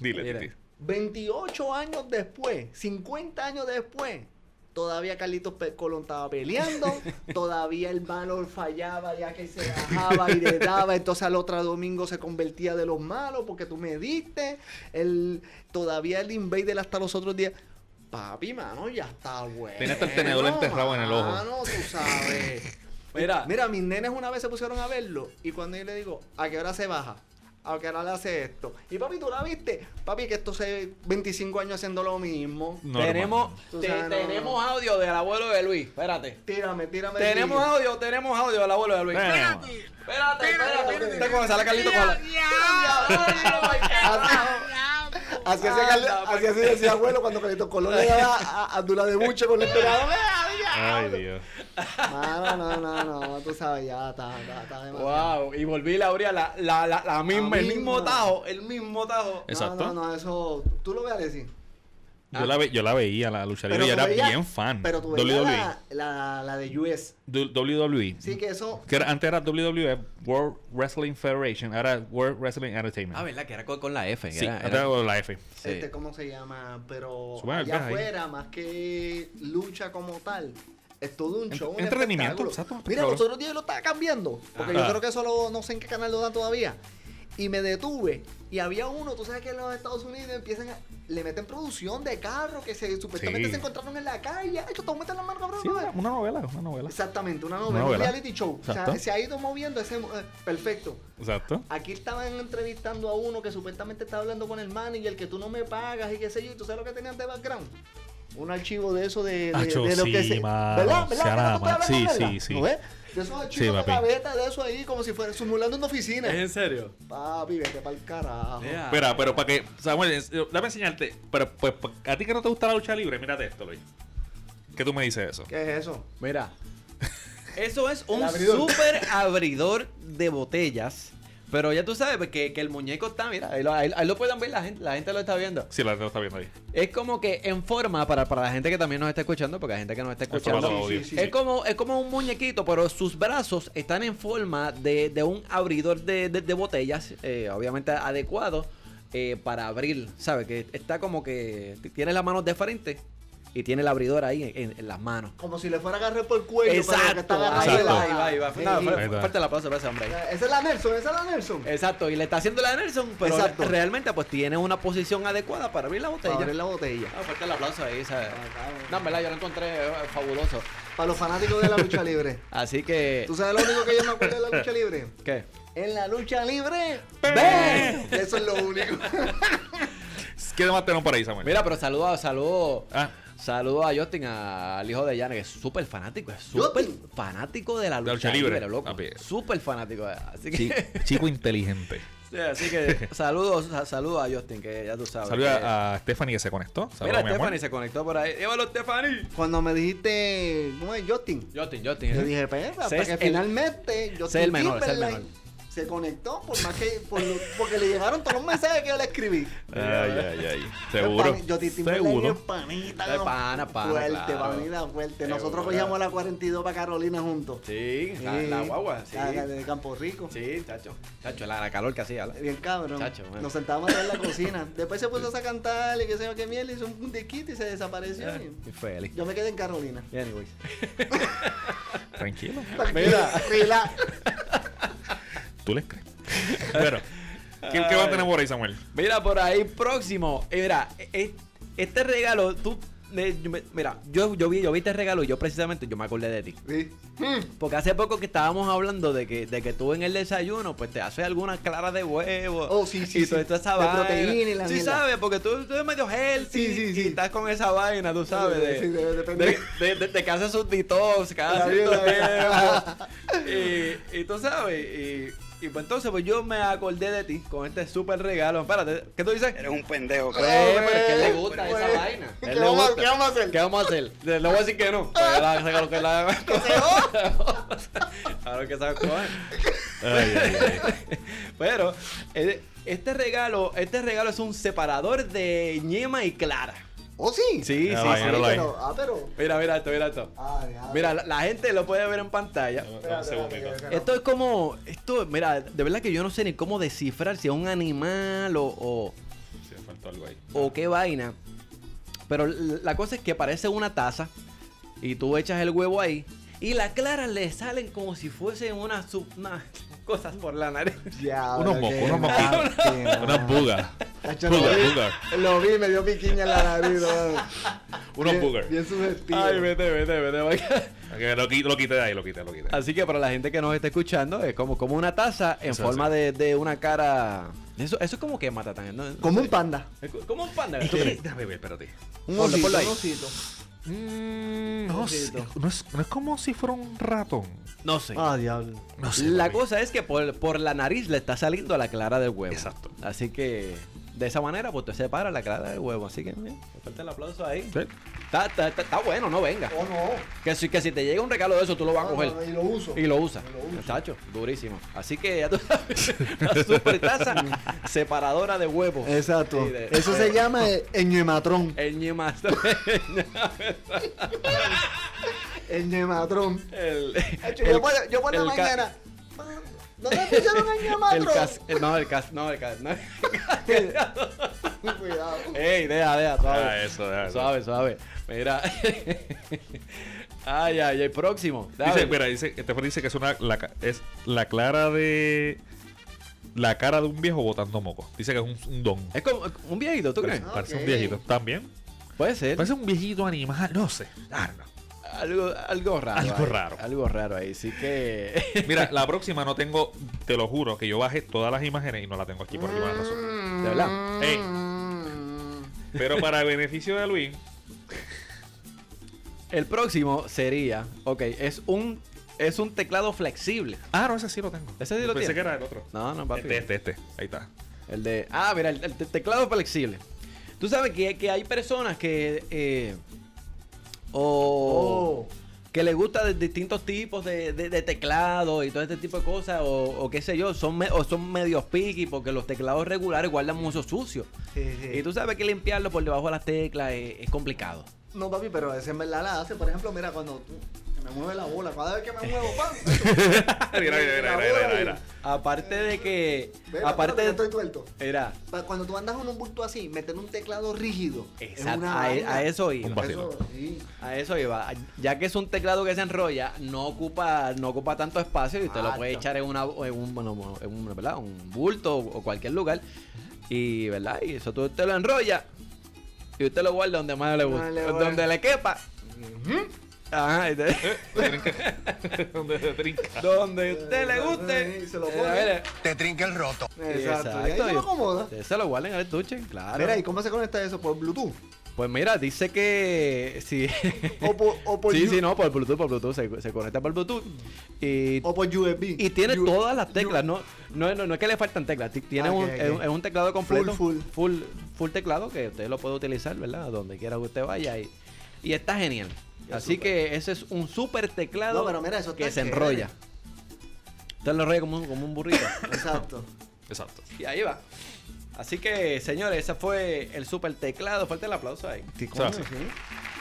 Speaker 9: Dile,
Speaker 7: Mira.
Speaker 9: Titi.
Speaker 8: 28 años después, 50 años después, todavía Carlitos Pe- Colón estaba peleando, todavía el malo fallaba ya que se bajaba y le daba, entonces al otro domingo se convertía de los malos porque tú me diste, el, todavía el invader hasta los otros días. Papi, mano, ya está bueno.
Speaker 9: Tenía hasta el tenedor enterrado en el ojo.
Speaker 8: Mano, tú sabes.
Speaker 7: Pues Mira,
Speaker 8: Mira, mis nenes una vez se pusieron a verlo y cuando yo le digo, ¿a qué hora se baja? Aunque ahora le hace esto. Y papi, tú la viste. Papi, que esto se 25 años haciendo lo mismo.
Speaker 9: Normal.
Speaker 7: Tenemos,
Speaker 8: Tú
Speaker 7: te-
Speaker 8: sabes, no,
Speaker 7: tenemos
Speaker 8: no.
Speaker 7: audio del abuelo de Luis. Espérate.
Speaker 8: Tírame, tírame. el
Speaker 7: Tenemos
Speaker 8: video.
Speaker 7: audio, tenemos audio del abuelo de
Speaker 9: Eh,
Speaker 7: Luis.
Speaker 9: Tenemos.
Speaker 7: Espérate, espérate. Está con sala Carlito con la-
Speaker 8: Así
Speaker 11: Así
Speaker 8: hacía
Speaker 11: hacía,
Speaker 8: Carla- así
Speaker 7: pues.
Speaker 8: hacía-
Speaker 11: decía abuelo cuando Carlitos Colón le daba a, Dula de Buche con el pegador.
Speaker 9: Ay, Dios.
Speaker 8: Mano, no, no, no. Tú sabes, ya está, está, está demasiado.
Speaker 7: Wow, y volví la abría la, la, la, la misma, el mismo
Speaker 8: misma.
Speaker 7: tajo, el mismo tajo.
Speaker 9: Exacto.
Speaker 8: No, no, no, eso. Tú lo veas decir.
Speaker 9: Yo, la ve- yo la veía, la lucha libre.
Speaker 8: tú
Speaker 9: Yo era
Speaker 8: veías-
Speaker 9: bien fan.
Speaker 8: Pero tú
Speaker 9: WWE.
Speaker 8: veías
Speaker 7: E.
Speaker 8: la, la, la de US.
Speaker 9: Du- WWE.
Speaker 8: Sí, que eso.
Speaker 9: Que era- antes era WWF, World Wrestling Federation. Ahora World Wrestling Entertainment.
Speaker 7: Ah, verdad, que era con, con la F. que
Speaker 9: sí,
Speaker 7: era- era-
Speaker 9: antes era la F.
Speaker 7: sí.
Speaker 8: Este, ¿cómo se llama? Pero
Speaker 9: Sube al
Speaker 8: allá
Speaker 9: gas ahí.
Speaker 8: afuera, más que lucha como tal, es todo un
Speaker 9: Ent-
Speaker 8: show. un
Speaker 9: entretenimiento,
Speaker 8: espectáculo.
Speaker 9: exacto,
Speaker 8: Mira,
Speaker 9: cabrón.
Speaker 8: los otros días lo estaba cambiando, porque yo
Speaker 9: Ajá.
Speaker 8: creo que eso lo- no sé en qué canal lo dan todavía. Y me detuve, y había uno, tú sabes que en los Estados Unidos empiezan a. Le meten producción de carro que se, supuestamente
Speaker 9: Sí.
Speaker 8: se encontraron en la calle. Ay, esto te meten la mano, cabrón.
Speaker 9: Sí, una, una novela, una novela.
Speaker 8: Exactamente, una novela, un
Speaker 9: novela.
Speaker 8: reality show. O sea,
Speaker 9: Exacto.
Speaker 8: se ha ido moviendo ese. eh, perfecto.
Speaker 9: Exacto.
Speaker 8: Aquí estaban entrevistando a uno que supuestamente está hablando con el manager que tú no me pagas y qué sé yo. ¿Y tú sabes lo que tenían de background? Un archivo de eso de, de,
Speaker 9: Acho,
Speaker 8: de lo
Speaker 9: sí,
Speaker 8: que se...
Speaker 9: mano,
Speaker 8: ¿Verdad?
Speaker 9: sea
Speaker 8: ¿Verdad? ¿Que no
Speaker 9: nada
Speaker 8: te estoy
Speaker 9: más.
Speaker 8: hablando,
Speaker 9: Sí,
Speaker 8: verdad?
Speaker 9: sí, sí.
Speaker 8: ¿No ves? De esos
Speaker 9: Sí,
Speaker 8: archivos de
Speaker 9: papi.
Speaker 8: gaveta de eso ahí como si fuera simulando una oficina.
Speaker 7: ¿Es en serio?
Speaker 8: Papi, vete para el carajo.
Speaker 7: Vea.
Speaker 9: Espera, pero para que. Samuel, ens- dame enseñarte. Pero pues, pa- a ti que no te gusta la lucha libre, mírate esto, Luis. ¿Qué tú me dices de eso?
Speaker 8: ¿Qué es eso?
Speaker 7: Mira. Eso es un
Speaker 8: El abridor.
Speaker 7: super abridor de botellas. Pero ya tú sabes pues, que, que el muñeco está, mira, ahí lo, ahí- ahí lo pueden ver, la gente, la gente lo está viendo.
Speaker 9: Sí, la gente lo está viendo ahí.
Speaker 7: Es como que en forma, para, para la gente que también nos está escuchando, porque hay gente que nos está
Speaker 9: El formato
Speaker 7: escuchando.
Speaker 9: audio.
Speaker 8: sí, sí.
Speaker 7: Es como, es como un muñequito, pero sus brazos están en forma de, de un abridor de, de- de botellas, eh, obviamente adecuado eh, para abrir, ¿sabes? Que está como que tiene las manos de frente y tiene el abridor ahí en, en- en las manos.
Speaker 8: Como si le fuera a agarrar por el cuello. pero lo que está
Speaker 7: ahí
Speaker 8: agarrado
Speaker 9: Exacto.
Speaker 8: es la-
Speaker 7: va, ahí va, ahí va.
Speaker 8: Sí.
Speaker 7: No, fue- Eh.
Speaker 9: Ahí
Speaker 7: fue-
Speaker 9: está.
Speaker 7: fuerte el aplauso para ese hombre ahí.
Speaker 8: Esa es la Nelson, esa es la Nelson.
Speaker 7: Exacto, y le está haciendo la de Nelson, pero
Speaker 8: Exacto.
Speaker 7: realmente pues tiene una posición adecuada para abrir la
Speaker 8: Para
Speaker 7: botella.
Speaker 8: abrir la botella.
Speaker 7: Ah, fuerte el aplauso ahí, ¿sabes?
Speaker 8: cabrón.
Speaker 7: No, en verdad, yo lo encontré eh, fabuloso.
Speaker 8: Para los fanáticos de la lucha libre.
Speaker 7: Así que...
Speaker 8: ¿Tú sabes lo único que yo me acuerdo de la lucha libre?
Speaker 7: ¿Qué?
Speaker 8: En la lucha libre.
Speaker 7: ¡Ven!
Speaker 8: Eso es lo único.
Speaker 9: ¿Qué demás tenemos por ahí, Samuel?
Speaker 7: Mira, pero saludo, saludo,
Speaker 9: Ah.
Speaker 7: saludo a Justin, a- al hijo de Yana, que es súper fanático, es súper
Speaker 8: Justin.
Speaker 7: fanático de la lucha,
Speaker 9: La lucha libre,
Speaker 7: libre, loco,
Speaker 9: papi.
Speaker 7: súper fanático, así que,
Speaker 9: chico inteligente.
Speaker 7: Sí, así que saludos, sa- saludos a Justin, que ya tú sabes.
Speaker 9: Saluda
Speaker 7: que-
Speaker 9: a, a Stephanie que se conectó. Saluda, mi
Speaker 7: Mira,
Speaker 9: amor.
Speaker 7: Stephanie se conectó por ahí, llévalo Stephanie.
Speaker 8: Cuando me dijiste, ¿cómo es Justin?
Speaker 7: Justin, Justin. eh.
Speaker 8: Yo dije, perra,
Speaker 7: Sé
Speaker 8: hasta que
Speaker 7: el-
Speaker 8: finalmente Justin
Speaker 7: sé el menor, sé el
Speaker 8: Timberlake
Speaker 7: menor.
Speaker 8: se conectó por más que por lo- porque le llegaron todos los mensajes que yo le escribí.
Speaker 9: Ay, ay, ay. Seguro.
Speaker 8: Pan- Justin Timberlake es
Speaker 9: Seguro.
Speaker 8: panita.
Speaker 7: Es
Speaker 8: ¿no?
Speaker 7: pana, pana,
Speaker 8: Fuerte,
Speaker 7: claro.
Speaker 8: panita, fuerte.
Speaker 7: Seguro.
Speaker 8: Nosotros cogíamos la 42 para Carolina juntos.
Speaker 7: Sí, Ah, la,
Speaker 8: Sí.
Speaker 7: la guagua, sí.
Speaker 8: La, la de Campo Rico.
Speaker 7: Sí, chacho, chacho, la, la calor que hacía. la-
Speaker 8: Bien cabrón.
Speaker 7: Chacho, bueno.
Speaker 8: Nos sentábamos atrás en la cocina. Después se puso a cantar y qué sé yo qué miel, hizo un disquito y se desapareció.
Speaker 7: Muy feliz.
Speaker 8: Yo me quedé en Carolina.
Speaker 7: Anyways.
Speaker 9: Tranquilo.
Speaker 8: Mira, Rila.
Speaker 9: Tú les crees. Pero, ¿qué, ¿qué más tenemos por ahí, Samuel?
Speaker 7: Mira, por ahí próximo. Eh, Mira, eh, este regalo, tú. me- yo me- Mira, yo, yo, vi, yo vi este regalo y yo precisamente yo me acordé de ti.
Speaker 8: Sí.
Speaker 7: Porque hace poco que estábamos hablando de que, de que tú en el desayuno, pues te haces alguna clara de huevo.
Speaker 8: Oh, sí, sí,
Speaker 7: Y
Speaker 8: sí.
Speaker 7: toda toda esa
Speaker 8: De
Speaker 7: vaina.
Speaker 8: proteína y la
Speaker 7: Sí,
Speaker 8: mierda.
Speaker 7: sabes, porque tú, tú eres medio healthy.
Speaker 8: Sí, sí, sí.
Speaker 7: Y estás con esa vaina, tú sabes. De,
Speaker 8: Sí, de- de-
Speaker 7: de, de- de- de que haces sus detox cada
Speaker 8: La
Speaker 7: cierto
Speaker 8: mierda.
Speaker 7: tiempo. y, y tú sabes. Y, y pues entonces, pues yo me acordé de ti con este súper regalo. Espérate, ¿qué tú dices?
Speaker 2: Eres un pendejo,
Speaker 7: Pues,
Speaker 2: cabrón.
Speaker 7: pero que le gusta esa
Speaker 8: pues,
Speaker 7: vaina.
Speaker 8: ¿qué
Speaker 7: Él le
Speaker 8: vamos a-
Speaker 7: gusta.
Speaker 8: qué vamos a hacer?
Speaker 7: ¿Qué vamos a hacer? Le le voy a decir que no. Pues la- saca lo que la- Claro que sabe coger.
Speaker 9: Ay, ay, ay.
Speaker 7: Pero eh, este regalo, este regalo es un separador de ñema y clara.
Speaker 8: ¿Oh, sí?
Speaker 7: Sí,
Speaker 9: Ah,
Speaker 7: sí,
Speaker 9: vaya.
Speaker 7: sí.
Speaker 9: míralo ahí.
Speaker 8: pero, ah, pero.
Speaker 7: Mira, mira esto, mira esto.
Speaker 8: Ah, ya.
Speaker 7: Mira, la, la gente lo puede ver en pantalla.
Speaker 9: Un segundito.
Speaker 7: Esto es como, esto, mira, de verdad que yo no sé ni cómo descifrar si es un animal o, o,
Speaker 9: Se faltó algo ahí.
Speaker 7: o qué vaina. Pero l- la cosa es que parece una taza y tú echas el huevo ahí y las claras le salen como si fuesen unas, sub- unas cosas por la nariz.
Speaker 8: Ya,
Speaker 9: Unos
Speaker 8: pero
Speaker 9: mocos,
Speaker 8: qué
Speaker 9: unos
Speaker 8: mal, qué mal.
Speaker 7: Ah.
Speaker 9: Una buga.
Speaker 8: Tacho, Lo
Speaker 9: Buga,
Speaker 8: vi,
Speaker 9: buga.
Speaker 8: lo vi, me dio piquiña en la nariz. ¿no?
Speaker 2: Unos
Speaker 8: bien-
Speaker 2: boogers.
Speaker 8: Bien subjetivo.
Speaker 7: Ay, vete, vete, vete. vaya.
Speaker 2: Ok, Lo quité, lo quité de ahí, lo quité, lo quité.
Speaker 7: Así que para la gente que nos está escuchando, es como, como una taza en
Speaker 2: Eso,
Speaker 7: forma de, de una cara. Eso, eso es como que matatán. ¿no?
Speaker 8: Como un panda.
Speaker 7: Es co- Como un panda.
Speaker 2: ¿Y
Speaker 7: ¿tú
Speaker 2: tú
Speaker 7: crees?
Speaker 2: qué- Déjame ver, espérate.
Speaker 8: Un
Speaker 7: Ponlo,
Speaker 8: osito,
Speaker 7: ponlo ahí.
Speaker 8: un osito.
Speaker 9: Mm, no, sé,
Speaker 8: Pobrecito.
Speaker 9: no es, no es como si fuera un ratón.
Speaker 7: No sé.
Speaker 8: Ah, diablo.
Speaker 9: No
Speaker 2: Pues
Speaker 9: sé.
Speaker 7: La
Speaker 9: papi.
Speaker 7: cosa es que por, por la nariz le está saliendo la clara del huevo.
Speaker 2: Exacto.
Speaker 7: Así que de esa manera, pues te separa la clara del huevo. Así que, mira, falta el aplauso ahí.
Speaker 9: Sí.
Speaker 7: Está, está- está- está bueno, no venga.
Speaker 8: Oh, no.
Speaker 7: Que si, que si te llega un regalo de eso, tú lo vas a
Speaker 8: No,
Speaker 7: coger.
Speaker 8: no, no, y lo uso.
Speaker 7: Y lo usas.
Speaker 8: Y lo uso.
Speaker 7: Muchacho, durísimo. Así que ya tú sabes. Una super taza separadora de huevos.
Speaker 8: Exacto.
Speaker 7: Y de-
Speaker 8: Eso se llama eh, el ñematrón.
Speaker 7: El ñemazo.
Speaker 8: El ñematrón.
Speaker 7: El,
Speaker 8: Yo puedo, yo puedo
Speaker 7: el ca-
Speaker 8: mañana. ¿Dónde pusieron el
Speaker 7: El
Speaker 8: ñematrón?
Speaker 7: cas, el- no, el cas, no, el cas, no.
Speaker 8: Cuidado.
Speaker 7: Ey, deja, deja, suave.
Speaker 2: Ah, eso, deja eso.
Speaker 7: Suave, suave. Mira. ay, ay, el próximo. Dale.
Speaker 2: Dice, mira, dice, Estefan dice que es una la, ca- es la clara de la cara de un viejo botando moco. Dice que es un, un don.
Speaker 7: Es como un viejito, ¿tú crees?
Speaker 2: Parece, parece
Speaker 8: ok.
Speaker 2: un viejito. ¿También?
Speaker 7: Puede ser.
Speaker 9: Parece un viejito animal, no sé. Ah, no.
Speaker 7: Algo, algo raro.
Speaker 2: Algo
Speaker 7: ahí.
Speaker 2: raro.
Speaker 7: Algo raro ahí. Sí que.
Speaker 2: Mira, la próxima no tengo, te lo juro, que yo bajé todas las imágenes y no la tengo aquí por alguna razón.
Speaker 7: De verdad.
Speaker 2: Ey, pero para beneficio de Luis,
Speaker 7: El próximo sería. Ok, es un. Es un teclado flexible.
Speaker 9: Ah, no, ese sí lo tengo.
Speaker 7: Ese sí lo
Speaker 2: pensé
Speaker 7: tiene.
Speaker 2: que era el otro.
Speaker 7: No, no, papi.
Speaker 2: Este, este, este. Ahí está.
Speaker 7: El de. Ah, mira, el, el te- teclado flexible. Tú sabes que, que hay personas que. eh,
Speaker 2: Oh.
Speaker 7: o. Que le gusta de distintos tipos de, de- de teclado y todo este tipo de cosas, o, o qué sé yo, son, me- o son medios piqui porque los teclados regulares guardan mucho sucio.
Speaker 8: Sí, sí.
Speaker 7: Y tú sabes que limpiarlo por debajo de las teclas es, es complicado.
Speaker 8: No, papi, pero ese en verdad la hace. Por ejemplo, mira, cuando tú, que me mueve la bola, cada vez que me muevo, ¡pam!
Speaker 2: Mira, mira, mira, mira, mira, mira.
Speaker 7: Aparte de que.
Speaker 8: Ven,
Speaker 7: aparte
Speaker 8: espérate, que
Speaker 7: de.
Speaker 8: estoy tuerto.
Speaker 7: Era.
Speaker 8: Pa- Cuando tú andas con un bulto así, meter un teclado rígido. es
Speaker 7: Exacto.
Speaker 8: una
Speaker 7: A, e-
Speaker 8: vaina.
Speaker 7: a eso iba.
Speaker 2: Un vacilo.
Speaker 8: Eso, sí.
Speaker 7: A eso iba. Ya que es un teclado que se enrolla, no ocupa, no ocupa tanto espacio y te lo
Speaker 8: Exacto.
Speaker 7: puedes echar en una, en un, bueno, en un, ¿verdad? un bulto o cualquier lugar. Y, ¿verdad? Y eso tú te lo enrollas y usted lo guarda donde más le gusta.
Speaker 8: Donde le gusta.
Speaker 7: donde le quepa. Ajá, y te-
Speaker 2: Donde trinca.
Speaker 7: donde usted le guste.
Speaker 8: Y se lo
Speaker 7: Eh,
Speaker 8: pone.
Speaker 7: mira,
Speaker 8: Exacto. Y ahí
Speaker 7: Exacto,
Speaker 8: se
Speaker 7: yo-
Speaker 8: lo acomoda.
Speaker 7: usted se lo guarda en el estuche, claro.
Speaker 8: Mira, ¿y cómo se conecta eso? ¿Por Bluetooth?
Speaker 7: Pues mira, dice que si
Speaker 8: ¿O por, o por
Speaker 7: sí,
Speaker 8: U-
Speaker 7: sí, no, por Bluetooth, por Bluetooth, se, se conecta por Bluetooth. Y
Speaker 8: O por USB.
Speaker 7: Y tiene
Speaker 8: U-
Speaker 7: todas las
Speaker 8: U-
Speaker 7: teclas, no, no, no, no es que le faltan teclas, ti- tiene
Speaker 8: Ah,
Speaker 7: un,
Speaker 8: ok, ok.
Speaker 7: es un- es un teclado completo,
Speaker 8: Full,
Speaker 7: full, full teclado que usted lo puede utilizar, ¿verdad? Donde quiera que usted vaya y, y está genial. Así que ese es un super teclado
Speaker 8: No, pero mira, eso está
Speaker 7: que se
Speaker 8: chévere.
Speaker 7: enrolla. Usted lo enrolla como un, como un burrito.
Speaker 8: Exacto.
Speaker 2: Exacto.
Speaker 7: y ahí va. Así que, señores, ese fue el super teclado. Falta el aplauso ahí.
Speaker 8: Sí,
Speaker 2: coño,
Speaker 8: sí.
Speaker 2: sí.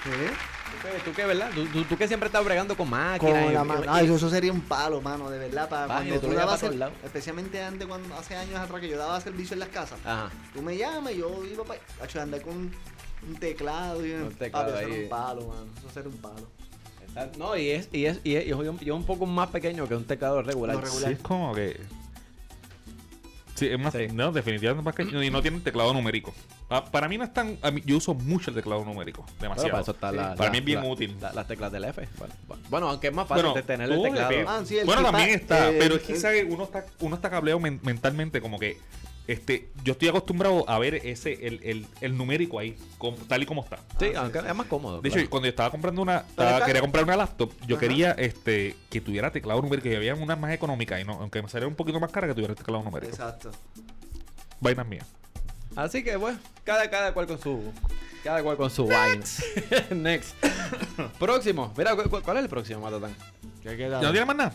Speaker 8: Sí.
Speaker 7: ¿Tú qué- ¿Tú qué, verdad? ¿Tú, tú- tú que siempre estás bregando con
Speaker 8: Con
Speaker 7: máquinas. y-
Speaker 8: la
Speaker 7: y-
Speaker 8: mano.
Speaker 7: y-
Speaker 8: Ay, eso sería un palo, mano, de verdad. Para
Speaker 7: Página,
Speaker 8: cuando
Speaker 7: tú
Speaker 8: tú
Speaker 7: lo llevas
Speaker 8: dabas
Speaker 7: para
Speaker 8: el-
Speaker 7: todos lados.
Speaker 8: especialmente antes, cuando hace años atrás que yo daba servicio en las casas.
Speaker 7: Ajá.
Speaker 8: Tú me llamas, yo iba para andar con un teclado y
Speaker 7: Un teclado
Speaker 8: Papi, eso
Speaker 7: ahí.
Speaker 8: era un palo, mano. Eso sería un palo.
Speaker 7: Está- No, y es, y es, y es, y es un, y es un poco más pequeño que un teclado regular.
Speaker 8: Lo
Speaker 2: Sí,
Speaker 8: regular.
Speaker 2: es como que. Sí, es más.
Speaker 7: Sí.
Speaker 2: No, definitivamente más que. Y no tiene teclado numérico. Pa- Para mí no es tan. a mí- yo uso mucho el teclado numérico.
Speaker 7: Bueno,
Speaker 2: Demasiado.
Speaker 7: para eso está la-
Speaker 2: Para
Speaker 7: la-
Speaker 2: mí es bien
Speaker 7: la-
Speaker 2: útil.
Speaker 7: la- las teclas del F. Bueno, bueno. Bueno, aunque es más fácil
Speaker 2: Bueno,
Speaker 7: de tener el
Speaker 2: todo
Speaker 7: teclado.
Speaker 2: depende.
Speaker 8: Ah, sí, el
Speaker 2: bueno,
Speaker 8: feedback,
Speaker 2: también está,
Speaker 8: eh,
Speaker 2: pero es que
Speaker 8: el-
Speaker 2: ¿sabe? uno está, uno está cableado men- mentalmente, como que este, yo estoy acostumbrado a ver ese, el, el, el numérico ahí, como- tal y como está.
Speaker 7: Sí, aunque es más cómodo.
Speaker 2: De hecho,
Speaker 7: claro.
Speaker 2: cuando yo estaba comprando una,
Speaker 8: Pero está-
Speaker 2: quería comprar una laptop, yo
Speaker 8: Ajá.
Speaker 2: quería este que tuviera teclado numérico, que había unas más económicas, y no, aunque me saliera un poquito más cara que tuviera el teclado numérico.
Speaker 8: Exacto.
Speaker 2: Vainas mías.
Speaker 7: Así que, bueno, cada, cada cual con su. Cada cual con su vaina. Next. próximo. Mira, ¿cu- cu- ¿cuál es el próximo, Matatán?
Speaker 8: ¿Qué
Speaker 2: ¿Ya no tiene más nada?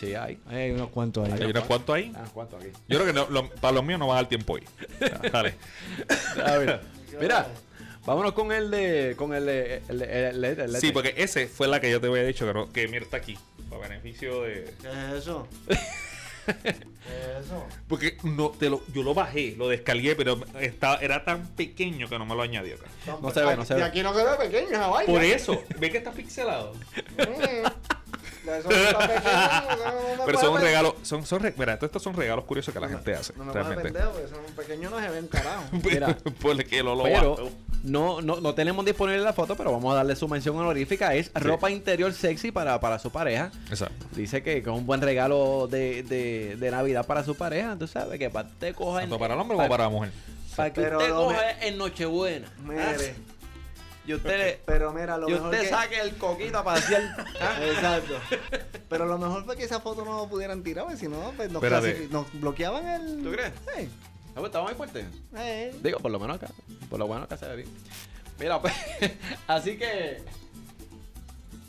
Speaker 7: Sí, hay.
Speaker 8: Hay unos cuantos
Speaker 2: Hay unos cuantos ahí.
Speaker 7: Ah, ¿cuánto aquí?
Speaker 2: Yo creo que no- lo- para los míos no va a dar tiempo hoy. Ya, Dale.
Speaker 7: Ah, mira. Mira, vámonos con el de. Con el de. el de- el de- el de-
Speaker 2: Sí, porque ese fue la que yo te había dicho que, no- que mira, está aquí. Para beneficio de.
Speaker 8: ¿Qué es eso? ¿Qué es eso?
Speaker 2: Porque no, te lo, yo lo bajé, lo descargué, pero estaba, era tan pequeño que no me lo añadió acá.
Speaker 7: No se ve, no se
Speaker 8: Y
Speaker 7: ve.
Speaker 8: aquí no se ve pequeño esa vaina.
Speaker 2: Por eso, ve que está pixelado.
Speaker 8: Mm. De eso está pequeño, no, no me
Speaker 2: Pero
Speaker 8: puede
Speaker 2: son
Speaker 8: pe-
Speaker 2: regalos, son, son, re- mira, todos estos son regalos curiosos que la gente hace.
Speaker 8: No me puedes
Speaker 2: realmente. Pues,
Speaker 8: pendejo, porque son pequeños no se ven carajo.
Speaker 7: Mira.
Speaker 2: Porque lo lo
Speaker 7: Pero,
Speaker 2: bato.
Speaker 7: No, no, no tenemos disponible la foto, pero vamos a darle su mención honorífica. Es ropa interior sexy para, para su pareja.
Speaker 2: Exacto.
Speaker 7: Dice que, que es un buen regalo de, de- de Navidad para su pareja. Tú sabes que para que usted coja en-
Speaker 2: Tanto para el hombre
Speaker 7: para-
Speaker 2: como para la mujer.
Speaker 7: para que
Speaker 8: Pero
Speaker 7: usted
Speaker 8: lo
Speaker 7: coja en Nochebuena. Ah,
Speaker 8: Mire,
Speaker 7: Y usted,
Speaker 8: pero mira, lo
Speaker 7: y
Speaker 8: mejor
Speaker 7: usted
Speaker 8: que-
Speaker 7: saque el coquito para hacer.
Speaker 8: Exacto. Pero lo mejor fue que esa foto no pudieran tirar, porque si no, pues nos,
Speaker 2: Espérate.
Speaker 8: clasifi- nos bloqueaban el.
Speaker 7: ¿Tú crees?
Speaker 8: Sí.
Speaker 7: No, estaba muy fuerte.
Speaker 8: Eh.
Speaker 7: Digo, por lo menos acá. Por lo menos acá se ve bien. Mira, pues. así que.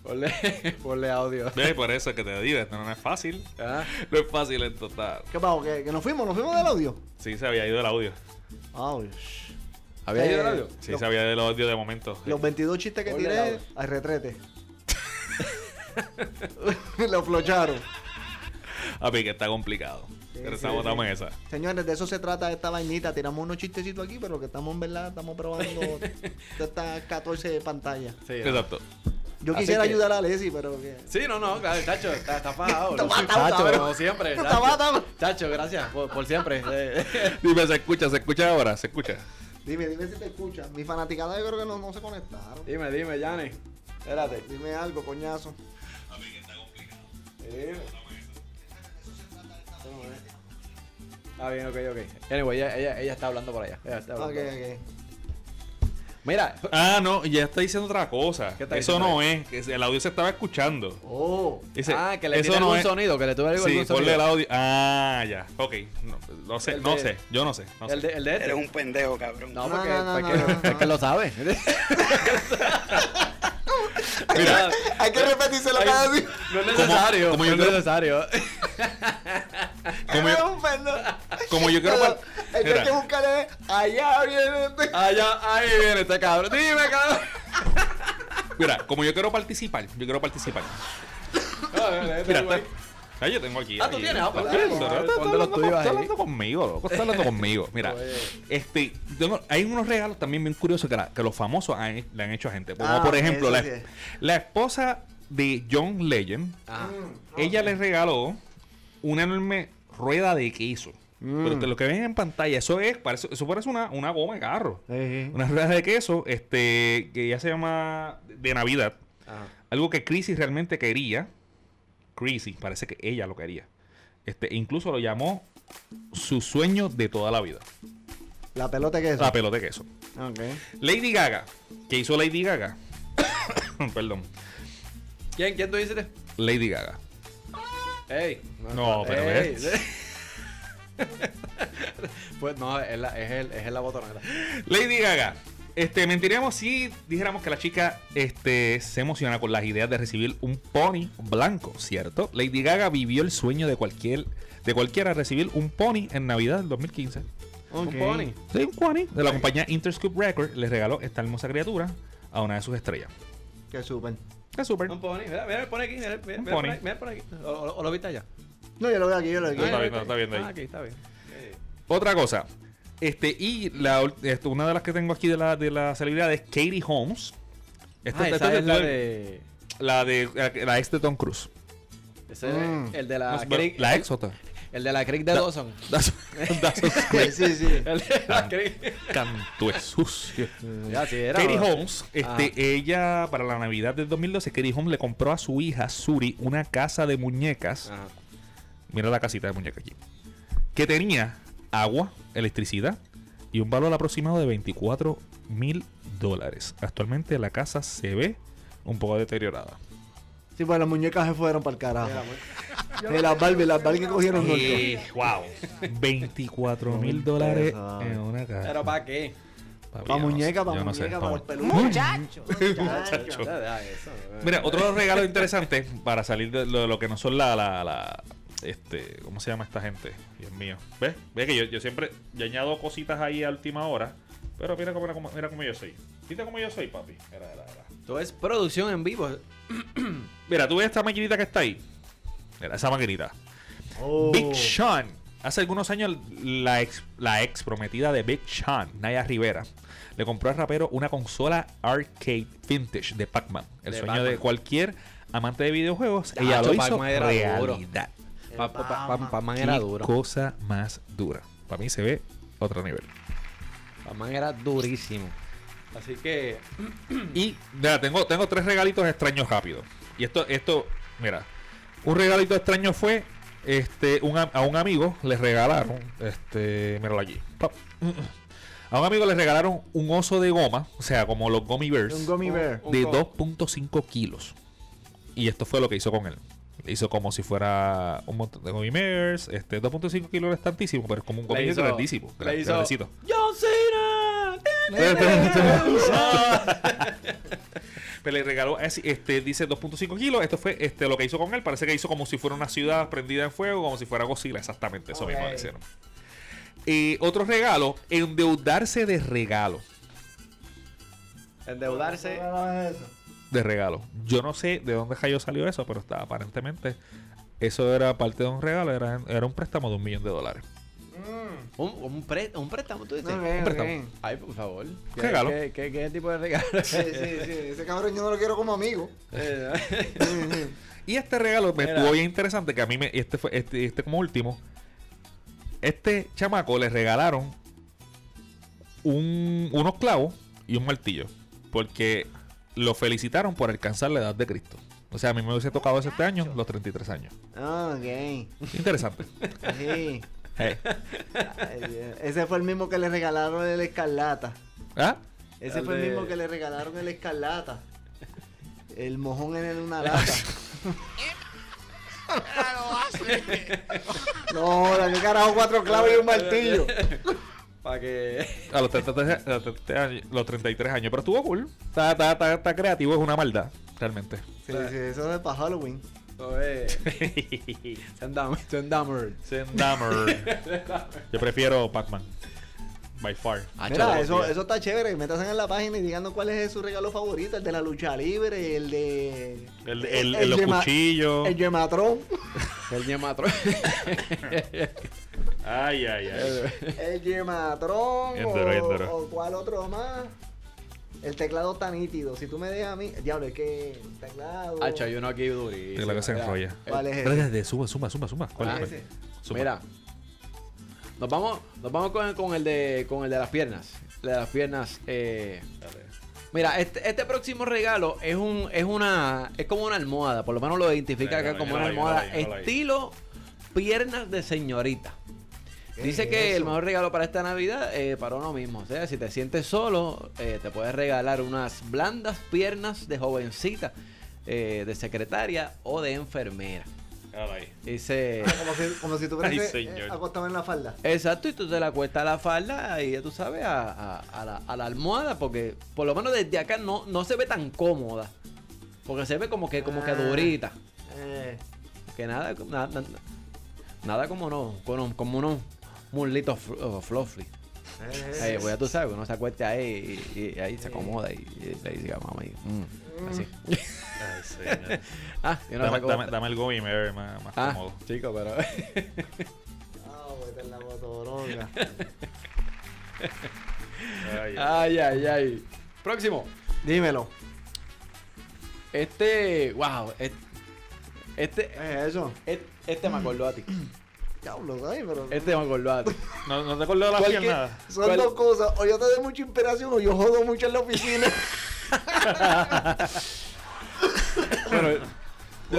Speaker 7: Ponle, ponle audio.
Speaker 2: Ve, por eso es que te digo, esto no es fácil.
Speaker 7: Ah,
Speaker 2: No es fácil esto está.
Speaker 8: ¿Qué pasó? ¿Que, que nos fuimos, nos fuimos del audio. Ah,
Speaker 2: Sí se había ido el audio.
Speaker 8: Ay, shh.
Speaker 7: ¿Había
Speaker 8: Eh,
Speaker 7: ido el audio?
Speaker 2: Sí
Speaker 8: Los-
Speaker 2: se había ido el audio de momento.
Speaker 8: Los 22 chistes que
Speaker 7: Ponle el
Speaker 8: tiré
Speaker 7: audio.
Speaker 8: al retrete. lo flocharon.
Speaker 2: A mí que está complicado. Pero estamos, estamos en esa.
Speaker 8: Señores, de eso se trata esta vainita. Tiramos unos chistecitos aquí, pero que estamos en verdad, estamos probando de estas 14 pantallas.
Speaker 7: Sí, ¿no?
Speaker 2: Exacto.
Speaker 8: Yo
Speaker 7: Así
Speaker 8: quisiera
Speaker 7: que-
Speaker 8: ayudar a Leslie, pero que.
Speaker 7: Sí, no, no, claro, Chacho, está, está fajado.
Speaker 8: Está matado,
Speaker 7: Chacho,
Speaker 8: cabrón.
Speaker 7: como siempre.
Speaker 8: Está
Speaker 7: chacho.
Speaker 8: matado.
Speaker 7: Chacho, gracias por, por siempre. Eh,
Speaker 2: Dime, se escucha, se escucha ahora, se escucha.
Speaker 8: Dime, dime si te escuchas. Mi fanaticada yo creo que no, no se conectaron.
Speaker 7: dime, dime, Yanni. Espérate.
Speaker 8: Dime algo, coñazo.
Speaker 7: Ah, bien, ok, ok. Anyway, ella, ella, ella está hablando por allá. Ella está
Speaker 8: Ok,
Speaker 7: hablando.
Speaker 8: ok.
Speaker 7: Mira,
Speaker 2: Ah, no, ya está diciendo otra cosa.
Speaker 7: ¿Qué está
Speaker 2: Eso
Speaker 7: diciendo?
Speaker 2: no es. que El audio se estaba escuchando.
Speaker 8: Oh.
Speaker 2: Dice,
Speaker 7: ah, que le
Speaker 2: eso
Speaker 7: tiene
Speaker 2: no
Speaker 7: algún
Speaker 2: es-
Speaker 7: sonido, que le tuve algún
Speaker 2: Sí,
Speaker 7: sonido.
Speaker 2: ponle el audio. Ah, ya. Ok. No, no sé,
Speaker 7: El
Speaker 2: no
Speaker 7: de-
Speaker 2: sé. Yo no sé. No sé.
Speaker 7: El de, el de este.
Speaker 12: Eres un pendejo, cabrón.
Speaker 7: No,
Speaker 8: No,
Speaker 7: porque,
Speaker 8: no, no,
Speaker 7: porque-
Speaker 8: no, no, no.
Speaker 7: porque lo sabe.
Speaker 2: Mira,
Speaker 8: Hay que repetírselo cada día.
Speaker 7: No es necesario.
Speaker 2: como yo
Speaker 7: no es
Speaker 2: creo-
Speaker 7: necesario.
Speaker 2: como
Speaker 8: Es
Speaker 2: yo,
Speaker 8: un pendejo.
Speaker 2: como yo quiero.
Speaker 8: Pero
Speaker 2: par-
Speaker 8: El que hay
Speaker 2: Mira,
Speaker 8: que buscar es allá viene este.
Speaker 7: Allá, Ah, ahí viene este cabrón. Dime, cabrón.
Speaker 2: mira, como yo quiero participar, yo quiero participar. Mira, está- Ah, yo tengo aquí.
Speaker 7: Ah, tú
Speaker 2: aquí.
Speaker 7: tienes, ah, pues,
Speaker 2: Está-
Speaker 7: dale,
Speaker 2: está-
Speaker 7: ponte
Speaker 2: está
Speaker 7: los
Speaker 2: hablando
Speaker 7: tuyos
Speaker 2: con-
Speaker 7: ahí.
Speaker 2: está hablando conmigo, loco. Está hablando conmigo. Mira,
Speaker 7: Oye.
Speaker 2: este, tengo- hay unos regalos también bien curiosos que, la- que los famosos han- le han hecho a gente. Como
Speaker 8: Ah,
Speaker 2: por ejemplo,
Speaker 8: eso
Speaker 2: la,
Speaker 8: sí es.
Speaker 2: la esposa de John Legend,
Speaker 7: Ah.
Speaker 8: Mm.
Speaker 2: ella le regaló una enorme rueda de queso. Pero te- lo que ven en pantalla, eso es, parece, eso parece una, una goma de carro. Una rueda de queso, este, que ya se llama de Navidad.
Speaker 8: Ah.
Speaker 7: Ajá.
Speaker 2: Algo que Chrissy realmente quería. Chrissy, parece que ella lo quería. Este, incluso lo llamó su sueño de toda la vida.
Speaker 8: La pelota que es.
Speaker 2: La pelota de queso.
Speaker 8: Ok.
Speaker 2: Lady Gaga. ¿Qué hizo Lady Gaga? Perdón.
Speaker 7: ¿Quién, quién tú dices?
Speaker 2: Lady Gaga.
Speaker 7: Ey.
Speaker 2: No, pero
Speaker 7: Ey.
Speaker 2: ve.
Speaker 7: Pues no, es la, es el, es la botonera.
Speaker 2: Lady Gaga. Este, mentiríamos si dijéramos que la chica este, se emociona con las ideas de recibir un pony blanco, ¿cierto? Lady Gaga vivió el sueño de cualquier de cualquiera recibir un pony en Navidad del 2015.
Speaker 7: Un pony.
Speaker 2: Sí, un pony de la compañía Interscope Records le regaló esta hermosa criatura a una de sus estrellas.
Speaker 8: Qué súper.
Speaker 2: Está súper.
Speaker 7: Un pony. Mira, mira, pone aquí. Mira, mira,
Speaker 2: Un
Speaker 7: mira por
Speaker 2: pony.
Speaker 7: ahí, mira por aquí. O, o- o lo viste allá.
Speaker 8: No, yo lo veo aquí, yo lo veo
Speaker 2: está
Speaker 8: aquí.
Speaker 7: Ah,
Speaker 2: viendo,
Speaker 7: lo
Speaker 2: está viendo ahí.
Speaker 7: Ah, aquí, está bien.
Speaker 2: Otra cosa. Este, y la, ul- esto, una de las que tengo aquí de la, de la celebridad es Katie Holmes. Esta-
Speaker 7: Ah,
Speaker 2: esta-
Speaker 7: esa
Speaker 2: esta-
Speaker 7: es la de...
Speaker 2: la de la, la ex de Tom Cruise.
Speaker 7: Ese es
Speaker 8: Mm.
Speaker 7: el de la...
Speaker 2: No sé, pero-
Speaker 7: Creek-
Speaker 2: la ex o otra.
Speaker 7: El de la Creek de Dawson.
Speaker 2: That's, that's
Speaker 8: Ah.
Speaker 2: what's great.
Speaker 8: Sí, sí.
Speaker 7: El de
Speaker 2: Ah.
Speaker 7: la Creek.
Speaker 2: Canto es sucio.
Speaker 7: Ya, sí, era.
Speaker 2: Katie Holmes,
Speaker 7: Ajá.
Speaker 2: este, ella para la Navidad del 2012, Katie Holmes le compró a su hija Suri una casa de muñecas.
Speaker 7: Ajá.
Speaker 2: Mira la casita de muñeca aquí. Que tenía agua, electricidad y un valor aproximado de 24 mil dólares. Actualmente la casa se ve un poco deteriorada.
Speaker 8: Sí, pues las muñecas se fueron para el carajo. Y las Barbie, las Barbie que cogieron norte.
Speaker 2: ¡Wow! 24 mil dólares en una casa.
Speaker 7: ¿Pero para qué?
Speaker 8: Pa' muñeca, pa' muñeca, pa' los peluches.
Speaker 10: Muchacho.
Speaker 2: Muchacho.
Speaker 7: Ya, ya, eso, eh.
Speaker 2: Mira, otro de los regalos interesantes para salir de lo, lo que no son la, la, la- Este. ¿Cómo se llama esta gente? Dios mío. ¿Ves? ¿Ves que yo, yo siempre. Yo añado cositas ahí a última hora. Pero mira cómo, mira cómo, mira cómo yo soy. Mira cómo yo soy, papi. Mira, mira, mira.
Speaker 7: Todo es producción en vivo.
Speaker 2: Mira, tú ves esta maquinita que está ahí. Mira, esa maquinita.
Speaker 7: Oh.
Speaker 2: Big Sean. Hace algunos años, la ex, la ex prometida de Big Sean, Naya Rivera, le compró al rapero una consola arcade vintage de Pac-Man. El
Speaker 7: De
Speaker 2: sueño
Speaker 7: Pac-Man.
Speaker 2: de cualquier amante de videojuegos. ella
Speaker 7: Tacho,
Speaker 2: lo hizo
Speaker 7: Pac-Man era duro.
Speaker 2: realidad.
Speaker 7: Pa, pa, pa, pa- Pac-Man
Speaker 2: Qué
Speaker 7: era duro.
Speaker 2: cosa más dura. Para mí se ve otro nivel.
Speaker 7: Pac-Man era durísimo. Así que.
Speaker 2: Y mira, tengo, tengo tres regalitos extraños rápidos. Y esto, esto, mira, un regalito extraño fue este, un am- a un amigo le regalaron, este, míralo aquí. pap. A un amigo le regalaron un oso de goma, o sea, como los gummy bears,
Speaker 8: Un gummy bear.
Speaker 2: de 2.5 kilos. Y esto fue lo que hizo con él. Le hizo como si fuera un montón de gummy bears. Este, 2.5 kilos es tantísimo, pero es como un gummy bear
Speaker 7: hizo-
Speaker 2: grandísimo.
Speaker 7: le
Speaker 2: gran-
Speaker 7: hizo-
Speaker 2: grandecito.
Speaker 7: ¡John Cena!
Speaker 2: Pero le regaló, es- este, dice 2.5 kilos. Esto fue este, lo que hizo con él. Parece que hizo como si fuera una ciudad prendida en fuego, como si fuera Godzilla. Exactamente, eso mismo le hicieron. Eh, otro regalo, endeudarse de regalo.
Speaker 7: Endeudarse.
Speaker 2: De regalo. Yo no sé de dónde cayó salió eso, pero está, aparentemente eso era parte de un regalo, era, era un préstamo de un millón de dólares.
Speaker 7: Un, un, pre- un préstamo, tú dices.
Speaker 8: No, bien,
Speaker 2: Hombre,
Speaker 8: bien.
Speaker 7: Ay, por favor. ¿Qué,
Speaker 2: Regalo.
Speaker 7: ¿qué, qué, qué tipo de regalo?
Speaker 8: Sí, sí, sí. Ese cabrón yo no lo quiero como amigo.
Speaker 7: Eh,
Speaker 2: Y este regalo me
Speaker 7: Mira.
Speaker 2: estuvo bien interesante, que a mí me, este fue, este, este como último. Este chamaco le regalaron un- unos clavos y un martillo. Porque lo felicitaron por alcanzar la edad de Cristo. O sea, a mí me hubiese tocado ese este año, los 33 años.
Speaker 8: Ah, ok.
Speaker 2: Interesante.
Speaker 8: Sí.
Speaker 2: Eh,
Speaker 8: Ay, Dios. Ese fue el mismo que le regalaron el escarlata.
Speaker 2: ¿Ah?
Speaker 8: Ese
Speaker 7: El
Speaker 8: fue el
Speaker 7: de-
Speaker 8: mismo que le regalaron el escarlata. El mojón en el- una lata. no, la que carajo cuatro clavos y un martillo.
Speaker 7: Para que.
Speaker 2: A los 33, a los 33 años- los 33 años. Pero estuvo cool. Está, está- está- está creativo, es una maldad, realmente.
Speaker 8: Sí, sí, eso es para Halloween.
Speaker 7: Oye. Sendammer.
Speaker 2: Sendammer. Yo prefiero Pac-Man. By far.
Speaker 8: Mira, eso, eso está chévere. Métanse en la página y díganos cuál es su regalo favorito. El de la lucha libre, el de...
Speaker 2: El, el- el- los
Speaker 8: Yema-
Speaker 2: cuchillos.
Speaker 8: El Yematron.
Speaker 7: El Yematron.
Speaker 2: Ay, ay,
Speaker 7: Eh,
Speaker 2: ay.
Speaker 8: El Yematron.
Speaker 2: Enduro,
Speaker 8: o,
Speaker 2: enduro.
Speaker 8: o cuál otro más. El teclado está nítido. Si tú me dejas a mí... Diablo, es que... El teclado...
Speaker 7: Hacho, hay uno aquí durísimo.
Speaker 2: Te la que se
Speaker 7: Mira,
Speaker 2: enrolla.
Speaker 7: el-
Speaker 8: ¿Cuál es ese?
Speaker 2: Espérate, suma, suma, suma, suma. ¿Cuál
Speaker 7: Ah,
Speaker 2: cuál?
Speaker 8: ese.
Speaker 2: Suma.
Speaker 7: Mira. Nos vamos, nos vamos con, con el de, con el de las piernas. El de las piernas. eh, Mira, este, este próximo regalo es un es una es como una almohada, por lo menos lo identifica
Speaker 2: Míralo,
Speaker 7: acá como una
Speaker 2: míralo ahí, míralo
Speaker 7: almohada
Speaker 2: ahí, míralo ahí.
Speaker 7: estilo piernas de señorita.
Speaker 8: ¿Qué
Speaker 7: Dice
Speaker 8: es
Speaker 7: que el
Speaker 8: eso?
Speaker 7: mejor regalo para esta Navidad eh, para uno mismo. O sea, si te sientes solo, eh, te puedes regalar unas blandas piernas de jovencita, eh, de secretaria o de enfermera.
Speaker 2: Míralo ahí.
Speaker 7: Dice.
Speaker 8: Ah, como si, como si tú
Speaker 2: Ay,
Speaker 8: fueras eh,
Speaker 2: señor.
Speaker 8: acostado en la falda.
Speaker 7: Exacto, y tú te la cuestas a la falda y ya tú sabes, a, a- a la, a la almohada, porque por lo menos desde acá no, no se ve tan cómoda. Porque se ve como que, como que
Speaker 8: Ah.
Speaker 7: durita.
Speaker 8: Eh,
Speaker 7: Que nada, nada, nada, como no, como, como unos muslitos fl- oh, fluffy.
Speaker 8: eh,
Speaker 7: Ahí, pues ya tú sabes, uno se acuesta ahí y, y- y ahí se acomoda y, y le dice a mamá y, mm, así.
Speaker 2: Ay, señor.
Speaker 7: Ah, y uno se
Speaker 2: dame,
Speaker 7: acosta.
Speaker 2: dame- dame el gummy bear más, más
Speaker 7: Ah,
Speaker 2: cómodo.
Speaker 7: chico, pero.
Speaker 8: Ah, pues, en la motoronga.
Speaker 2: Ay, ay.
Speaker 7: ay, ay, ay. Próximo.
Speaker 8: Dímelo.
Speaker 7: Este, wow. et- Este,
Speaker 8: ¿Qué es eso?
Speaker 7: et- este me acordó a ti.
Speaker 8: Diablo, ¿sabes? Pero
Speaker 7: Este me acordó a ti.
Speaker 2: No, no te acuerdas de las
Speaker 7: Cualquier-
Speaker 2: piernas.
Speaker 8: son
Speaker 7: ¿cuál?
Speaker 8: dos cosas. O yo te doy mucha inspiración o yo jodo mucho en la oficina.
Speaker 7: Yo,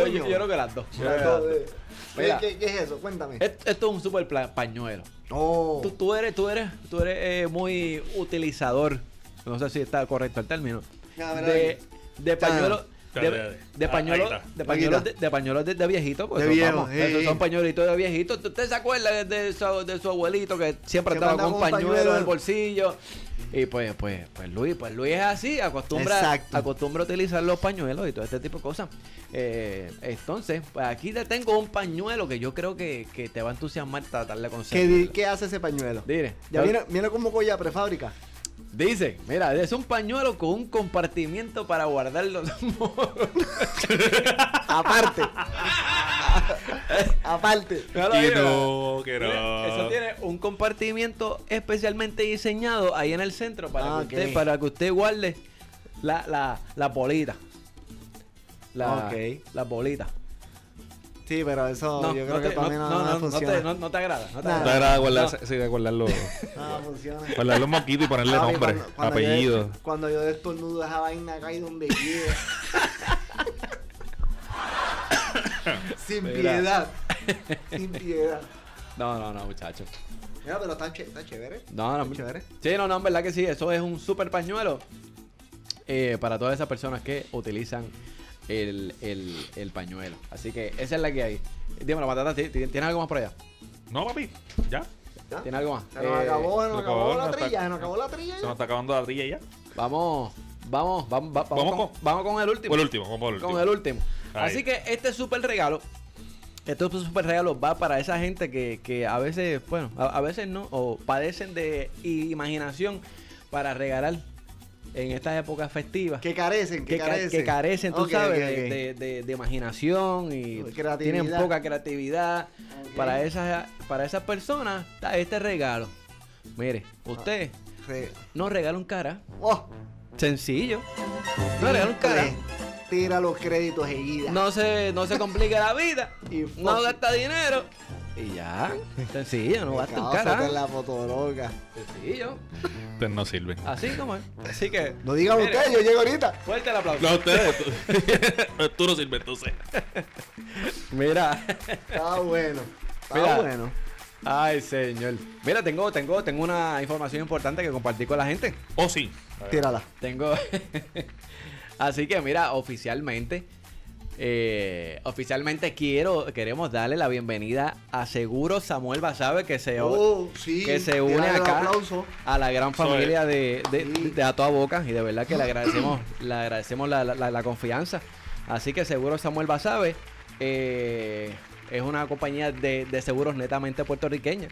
Speaker 8: Coño.
Speaker 7: yo, yo creo que las dos.
Speaker 8: Las dos, eh. ¿Qué,
Speaker 7: Mira.
Speaker 8: qué, qué es eso? Cuéntame.
Speaker 7: Et- esto es un super pla- pañuelo.
Speaker 8: Oh.
Speaker 7: Tú, tú eres, tú eres, tú eres eh, muy utilizador. No sé si está correcto el término.
Speaker 8: Ya, verá
Speaker 7: De,
Speaker 8: ahí.
Speaker 7: de pañuelos.
Speaker 2: Dale,
Speaker 7: De,
Speaker 2: dale.
Speaker 7: de
Speaker 2: Ah,
Speaker 7: pañuelos
Speaker 2: ahí está.
Speaker 7: de pañuelos
Speaker 8: Ahí
Speaker 7: de,
Speaker 8: está.
Speaker 7: de pañuelos de, de viejito pues
Speaker 8: De
Speaker 7: son-
Speaker 8: viejo,
Speaker 7: vamos,
Speaker 8: sí.
Speaker 7: esos son pañuelitos de viejito usted se acuerda de, de su, de su abuelito que siempre
Speaker 8: Siempre
Speaker 7: andaba con un
Speaker 8: andaba con
Speaker 7: pañuelo,
Speaker 8: un
Speaker 7: en el
Speaker 8: pañuelo.
Speaker 7: bolsillo y pues pues pues Luis pues Luis es así acostumbra
Speaker 8: Exacto.
Speaker 7: acostumbra a utilizar los pañuelos y todo este tipo de cosas Eh, entonces pues aquí te tengo un pañuelo que yo creo que, que te va a entusiasmar tratar de
Speaker 8: ¿Qué, di-
Speaker 7: conseguir
Speaker 8: qué hace ese pañuelo?
Speaker 7: Dire.
Speaker 8: Ya mira, mira cómo colla prefábrica.
Speaker 7: Dice, mira, es un pañuelo con un compartimiento para guardar los moros.
Speaker 8: Aparte. Aparte.
Speaker 7: Míralo ahí,
Speaker 2: Que
Speaker 7: mira.
Speaker 2: no, que
Speaker 7: Mira, Eso
Speaker 2: no.
Speaker 7: tiene un compartimiento especialmente diseñado ahí en el centro para,
Speaker 8: Ah,
Speaker 7: que, usted,
Speaker 8: ok.
Speaker 7: para que usted guarde la, la, la bolita. La,
Speaker 8: Ok.
Speaker 7: la bolita.
Speaker 8: Sí, Sí, pero eso
Speaker 7: No,
Speaker 8: yo
Speaker 7: no
Speaker 8: creo que
Speaker 7: te-
Speaker 8: para mí no,
Speaker 7: no- no,
Speaker 8: no,
Speaker 7: no, no
Speaker 8: funciona.
Speaker 7: te- no- no te agrada. No te
Speaker 8: Nada.
Speaker 2: Te
Speaker 7: agrada.
Speaker 2: agrada guardar,
Speaker 7: No.
Speaker 2: sí, de guardar los,
Speaker 8: Nada funciona.
Speaker 2: guardar los moquitos y
Speaker 7: Ah,
Speaker 2: ponerle
Speaker 8: Papi,
Speaker 2: nombre,
Speaker 8: cuando- cuando yo-
Speaker 2: apellido.
Speaker 8: cuando yo destornudo esa vaina cae donde quiera. Sin piedad. Sin piedad.
Speaker 7: No, no, no, muchachos.
Speaker 8: Mira, pero está, che- está chévere.
Speaker 7: No, no,
Speaker 8: Qué chévere.
Speaker 7: Sí, no, no, en verdad que sí. Eso es un super pañuelo eh, para todas esas personas que utilizan el, el- el pañuelo. Así que esa es la que hay. Dímelo, Matata, ¿ti- ti- ¿tienes algo más por allá?
Speaker 2: No, papi, ya.
Speaker 8: ¿Ya?
Speaker 7: ¿Tienes algo más?
Speaker 8: Se nos
Speaker 7: Eh,
Speaker 8: acabó, se nos
Speaker 2: se nos
Speaker 8: acabó
Speaker 2: acabó,
Speaker 8: la
Speaker 2: no está-
Speaker 8: trilla, se nos acabó la trilla.
Speaker 2: Se nos está acabando la trilla ya.
Speaker 7: Eh, Vamos, vamos, vamos, va- vamos,
Speaker 2: Vamos
Speaker 7: con,
Speaker 2: con-
Speaker 7: vamos con el
Speaker 2: O
Speaker 7: último.
Speaker 2: el último, vamos por el último.
Speaker 7: Con el último.
Speaker 2: Ahí.
Speaker 7: Así que este super regalo, este super regalo va para esa gente que, que a veces, bueno, a, a veces no, o padecen de imaginación para regalar en estas épocas festivas.
Speaker 8: Que carecen, que,
Speaker 7: que, ca-
Speaker 8: carecen.
Speaker 7: que carecen, tú
Speaker 8: Ok, ok,
Speaker 7: sabes, de-
Speaker 8: ok.
Speaker 7: De, de- de imaginación y
Speaker 8: Creatividad.
Speaker 7: tienen poca creatividad.
Speaker 8: Ok.
Speaker 7: Para esas para esas personas está este regalo. Mire, usted
Speaker 8: Re-
Speaker 7: no regala un cara.
Speaker 8: Oh,
Speaker 7: Sencillo. No regala un cara.
Speaker 8: Tira- Tira los créditos seguida.
Speaker 7: No se, no se complica la vida.
Speaker 8: Y
Speaker 7: no
Speaker 8: fósil.
Speaker 7: gasta dinero. Y ya. Sencillo, no gasta un cara.
Speaker 8: la fotologa.
Speaker 7: Sencillo.
Speaker 2: Ustedes no sirven.
Speaker 7: Así como es. Así que.
Speaker 8: No digan
Speaker 7: mire,
Speaker 8: ustedes, yo llego ahorita.
Speaker 7: Fuerte el aplauso.
Speaker 2: No, ustedes. tú- Tú no sirves, entonces.
Speaker 7: Mira.
Speaker 8: Está bueno. Está
Speaker 7: Mira.
Speaker 8: bueno.
Speaker 7: Ay, señor. Mira, tengo, tengo, tengo una información importante que compartir con la gente.
Speaker 2: Oh, sí.
Speaker 8: Tírala.
Speaker 7: Tengo. Así que mira, oficialmente. eh, oficialmente quiero, queremos darle la bienvenida a Seguro Samuel Basabe que se,
Speaker 8: Oh, sí.
Speaker 7: que se une
Speaker 8: Tírale el
Speaker 7: acá
Speaker 8: aplauso.
Speaker 7: a la gran
Speaker 2: Eso es.
Speaker 7: familia de, de,
Speaker 8: Sí.
Speaker 7: de A Toda Boca y de verdad que le agradecemos, le agradecemos la, la- la- la confianza. Así que Seguro Samuel Basabe eh, es una compañía de, de seguros netamente puertorriqueña.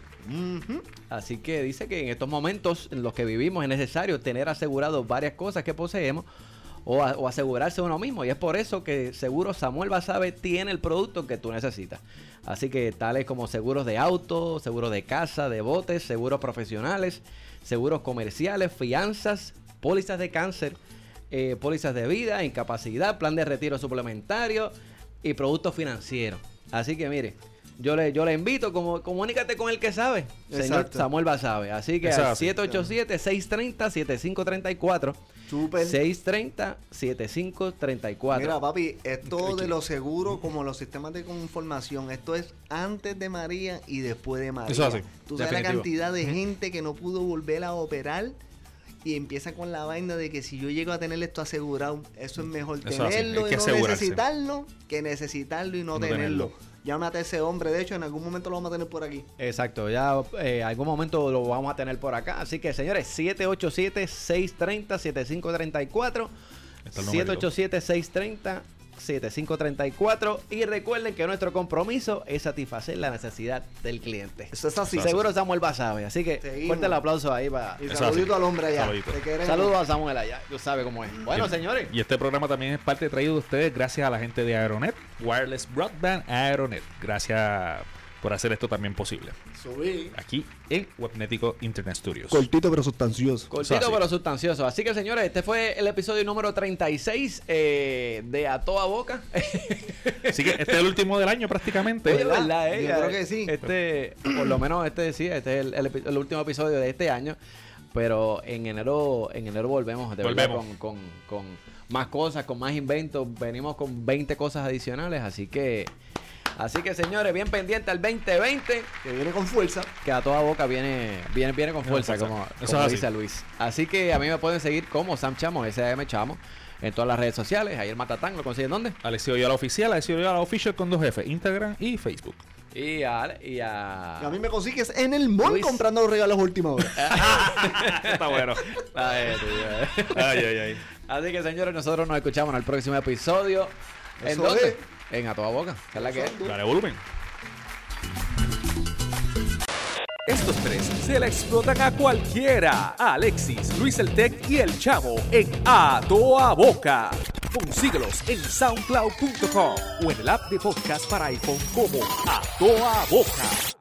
Speaker 7: Así que dice que en estos momentos en los que vivimos es necesario tener asegurado varias cosas que poseemos o, a- o asegurarse uno mismo. Y es por eso que Seguro Samuel Basabe tiene el producto que tú necesitas. Así que tales como seguros de auto, seguros de casa, de botes, seguros profesionales, seguros comerciales, fianzas, pólizas de cáncer, eh, pólizas de vida, incapacidad, plan de retiro suplementario y productos financieros. Así que mire, yo le, yo le invito, como, comunícate con el que sabe, señor
Speaker 8: Exacto.
Speaker 7: Samuel Basabe. Así que
Speaker 2: Exacto.
Speaker 7: al 787-630-7534.
Speaker 8: Súper.
Speaker 7: 630-7534.
Speaker 8: Pues Mira, papi, esto de los seguros como los sistemas de conformación, esto es antes de María y después de María.
Speaker 2: Eso es así,
Speaker 8: Tú sabes la
Speaker 2: definitivo.
Speaker 8: cantidad de gente que no pudo volver a operar y empieza con la vaina de que si yo llego a tener esto asegurado, eso es mejor
Speaker 2: Eso es así,
Speaker 8: tenerlo
Speaker 2: hay
Speaker 8: y
Speaker 2: que
Speaker 8: no
Speaker 2: asegurarse.
Speaker 8: necesitarlo que necesitarlo y no,
Speaker 2: No
Speaker 8: tenerlo.
Speaker 2: tenerlo.
Speaker 8: Llámate a ese hombre, de hecho, en algún momento lo vamos a tener por aquí.
Speaker 7: Exacto, ya eh, algún momento lo vamos a tener por acá. Así que señores, 787-630-7534.
Speaker 2: Está el numerito.
Speaker 7: 787-630-7534. Y recuerden que nuestro compromiso es satisfacer la necesidad del cliente.
Speaker 8: Eso es así.
Speaker 2: Eso es
Speaker 7: Seguro Samuel Basabe, así que
Speaker 8: Seguimos.
Speaker 7: fuerte el aplauso ahí para...
Speaker 8: Y
Speaker 2: Eso es
Speaker 8: saludito
Speaker 2: así.
Speaker 8: al hombre allá.
Speaker 2: Saludito.
Speaker 8: Te queremos.
Speaker 7: Saludos a Samuel allá, tú sabes cómo es. Bueno,
Speaker 2: Y-
Speaker 7: señores.
Speaker 2: Y este programa también es parte traído de ustedes gracias a la gente de Aeronet, Wireless Broadband Aeronet. Gracias por hacer esto también posible.
Speaker 8: Subí.
Speaker 2: Aquí en Webnético Internet Studios.
Speaker 11: Cortito pero sustancioso.
Speaker 7: Cortito
Speaker 2: Así.
Speaker 7: pero sustancioso. Así que señores, este fue el episodio número 36 eh, de A Toda Boca.
Speaker 2: Así que este es el último del año prácticamente.
Speaker 7: Oye, ¿verdad, eh?
Speaker 8: Yo creo que sí.
Speaker 7: Este, por lo menos este sí, este es el, el epi- el último episodio de este año. Pero en enero, en enero volvemos, de verdad,
Speaker 2: Volvemos.
Speaker 7: Con, con- con más cosas, con más inventos. Venimos con 20 cosas adicionales. Así que, así que señores, bien pendiente al 2020,
Speaker 8: Que viene con fuerza.
Speaker 7: que a toda boca viene, viene, viene con fuerza,
Speaker 2: fuerza.
Speaker 7: como,
Speaker 2: Eso
Speaker 7: como
Speaker 2: es así.
Speaker 7: dice Luis. Así que a mí me pueden seguir como Sam Chamo, SM Chamo, en todas las redes sociales. Ahí el Matatán lo consiguen dónde?
Speaker 2: Alexio la Oficial, Alexio la Official con dos jefes, Instagram y Facebook.
Speaker 7: Y a, y a...
Speaker 8: A mí me consigues en el mall
Speaker 7: Luis.
Speaker 8: comprando los regalos a última hora.
Speaker 2: Está bueno.
Speaker 7: Ay, tío.
Speaker 2: Ay, ay, ay.
Speaker 7: Así que señores, nosotros nos escuchamos en el próximo episodio. ¿En
Speaker 8: Eso
Speaker 7: dónde?
Speaker 8: es.
Speaker 7: En A Toda Boca. que es la que es.
Speaker 2: Dale volumen.
Speaker 3: Estos tres se la explotan a cualquiera. Alexis, Luis el Tech y el Chavo en A Toa Boca. Consíguelos en soundcloud.com o en el app de podcast para iPhone como A Toa Boca.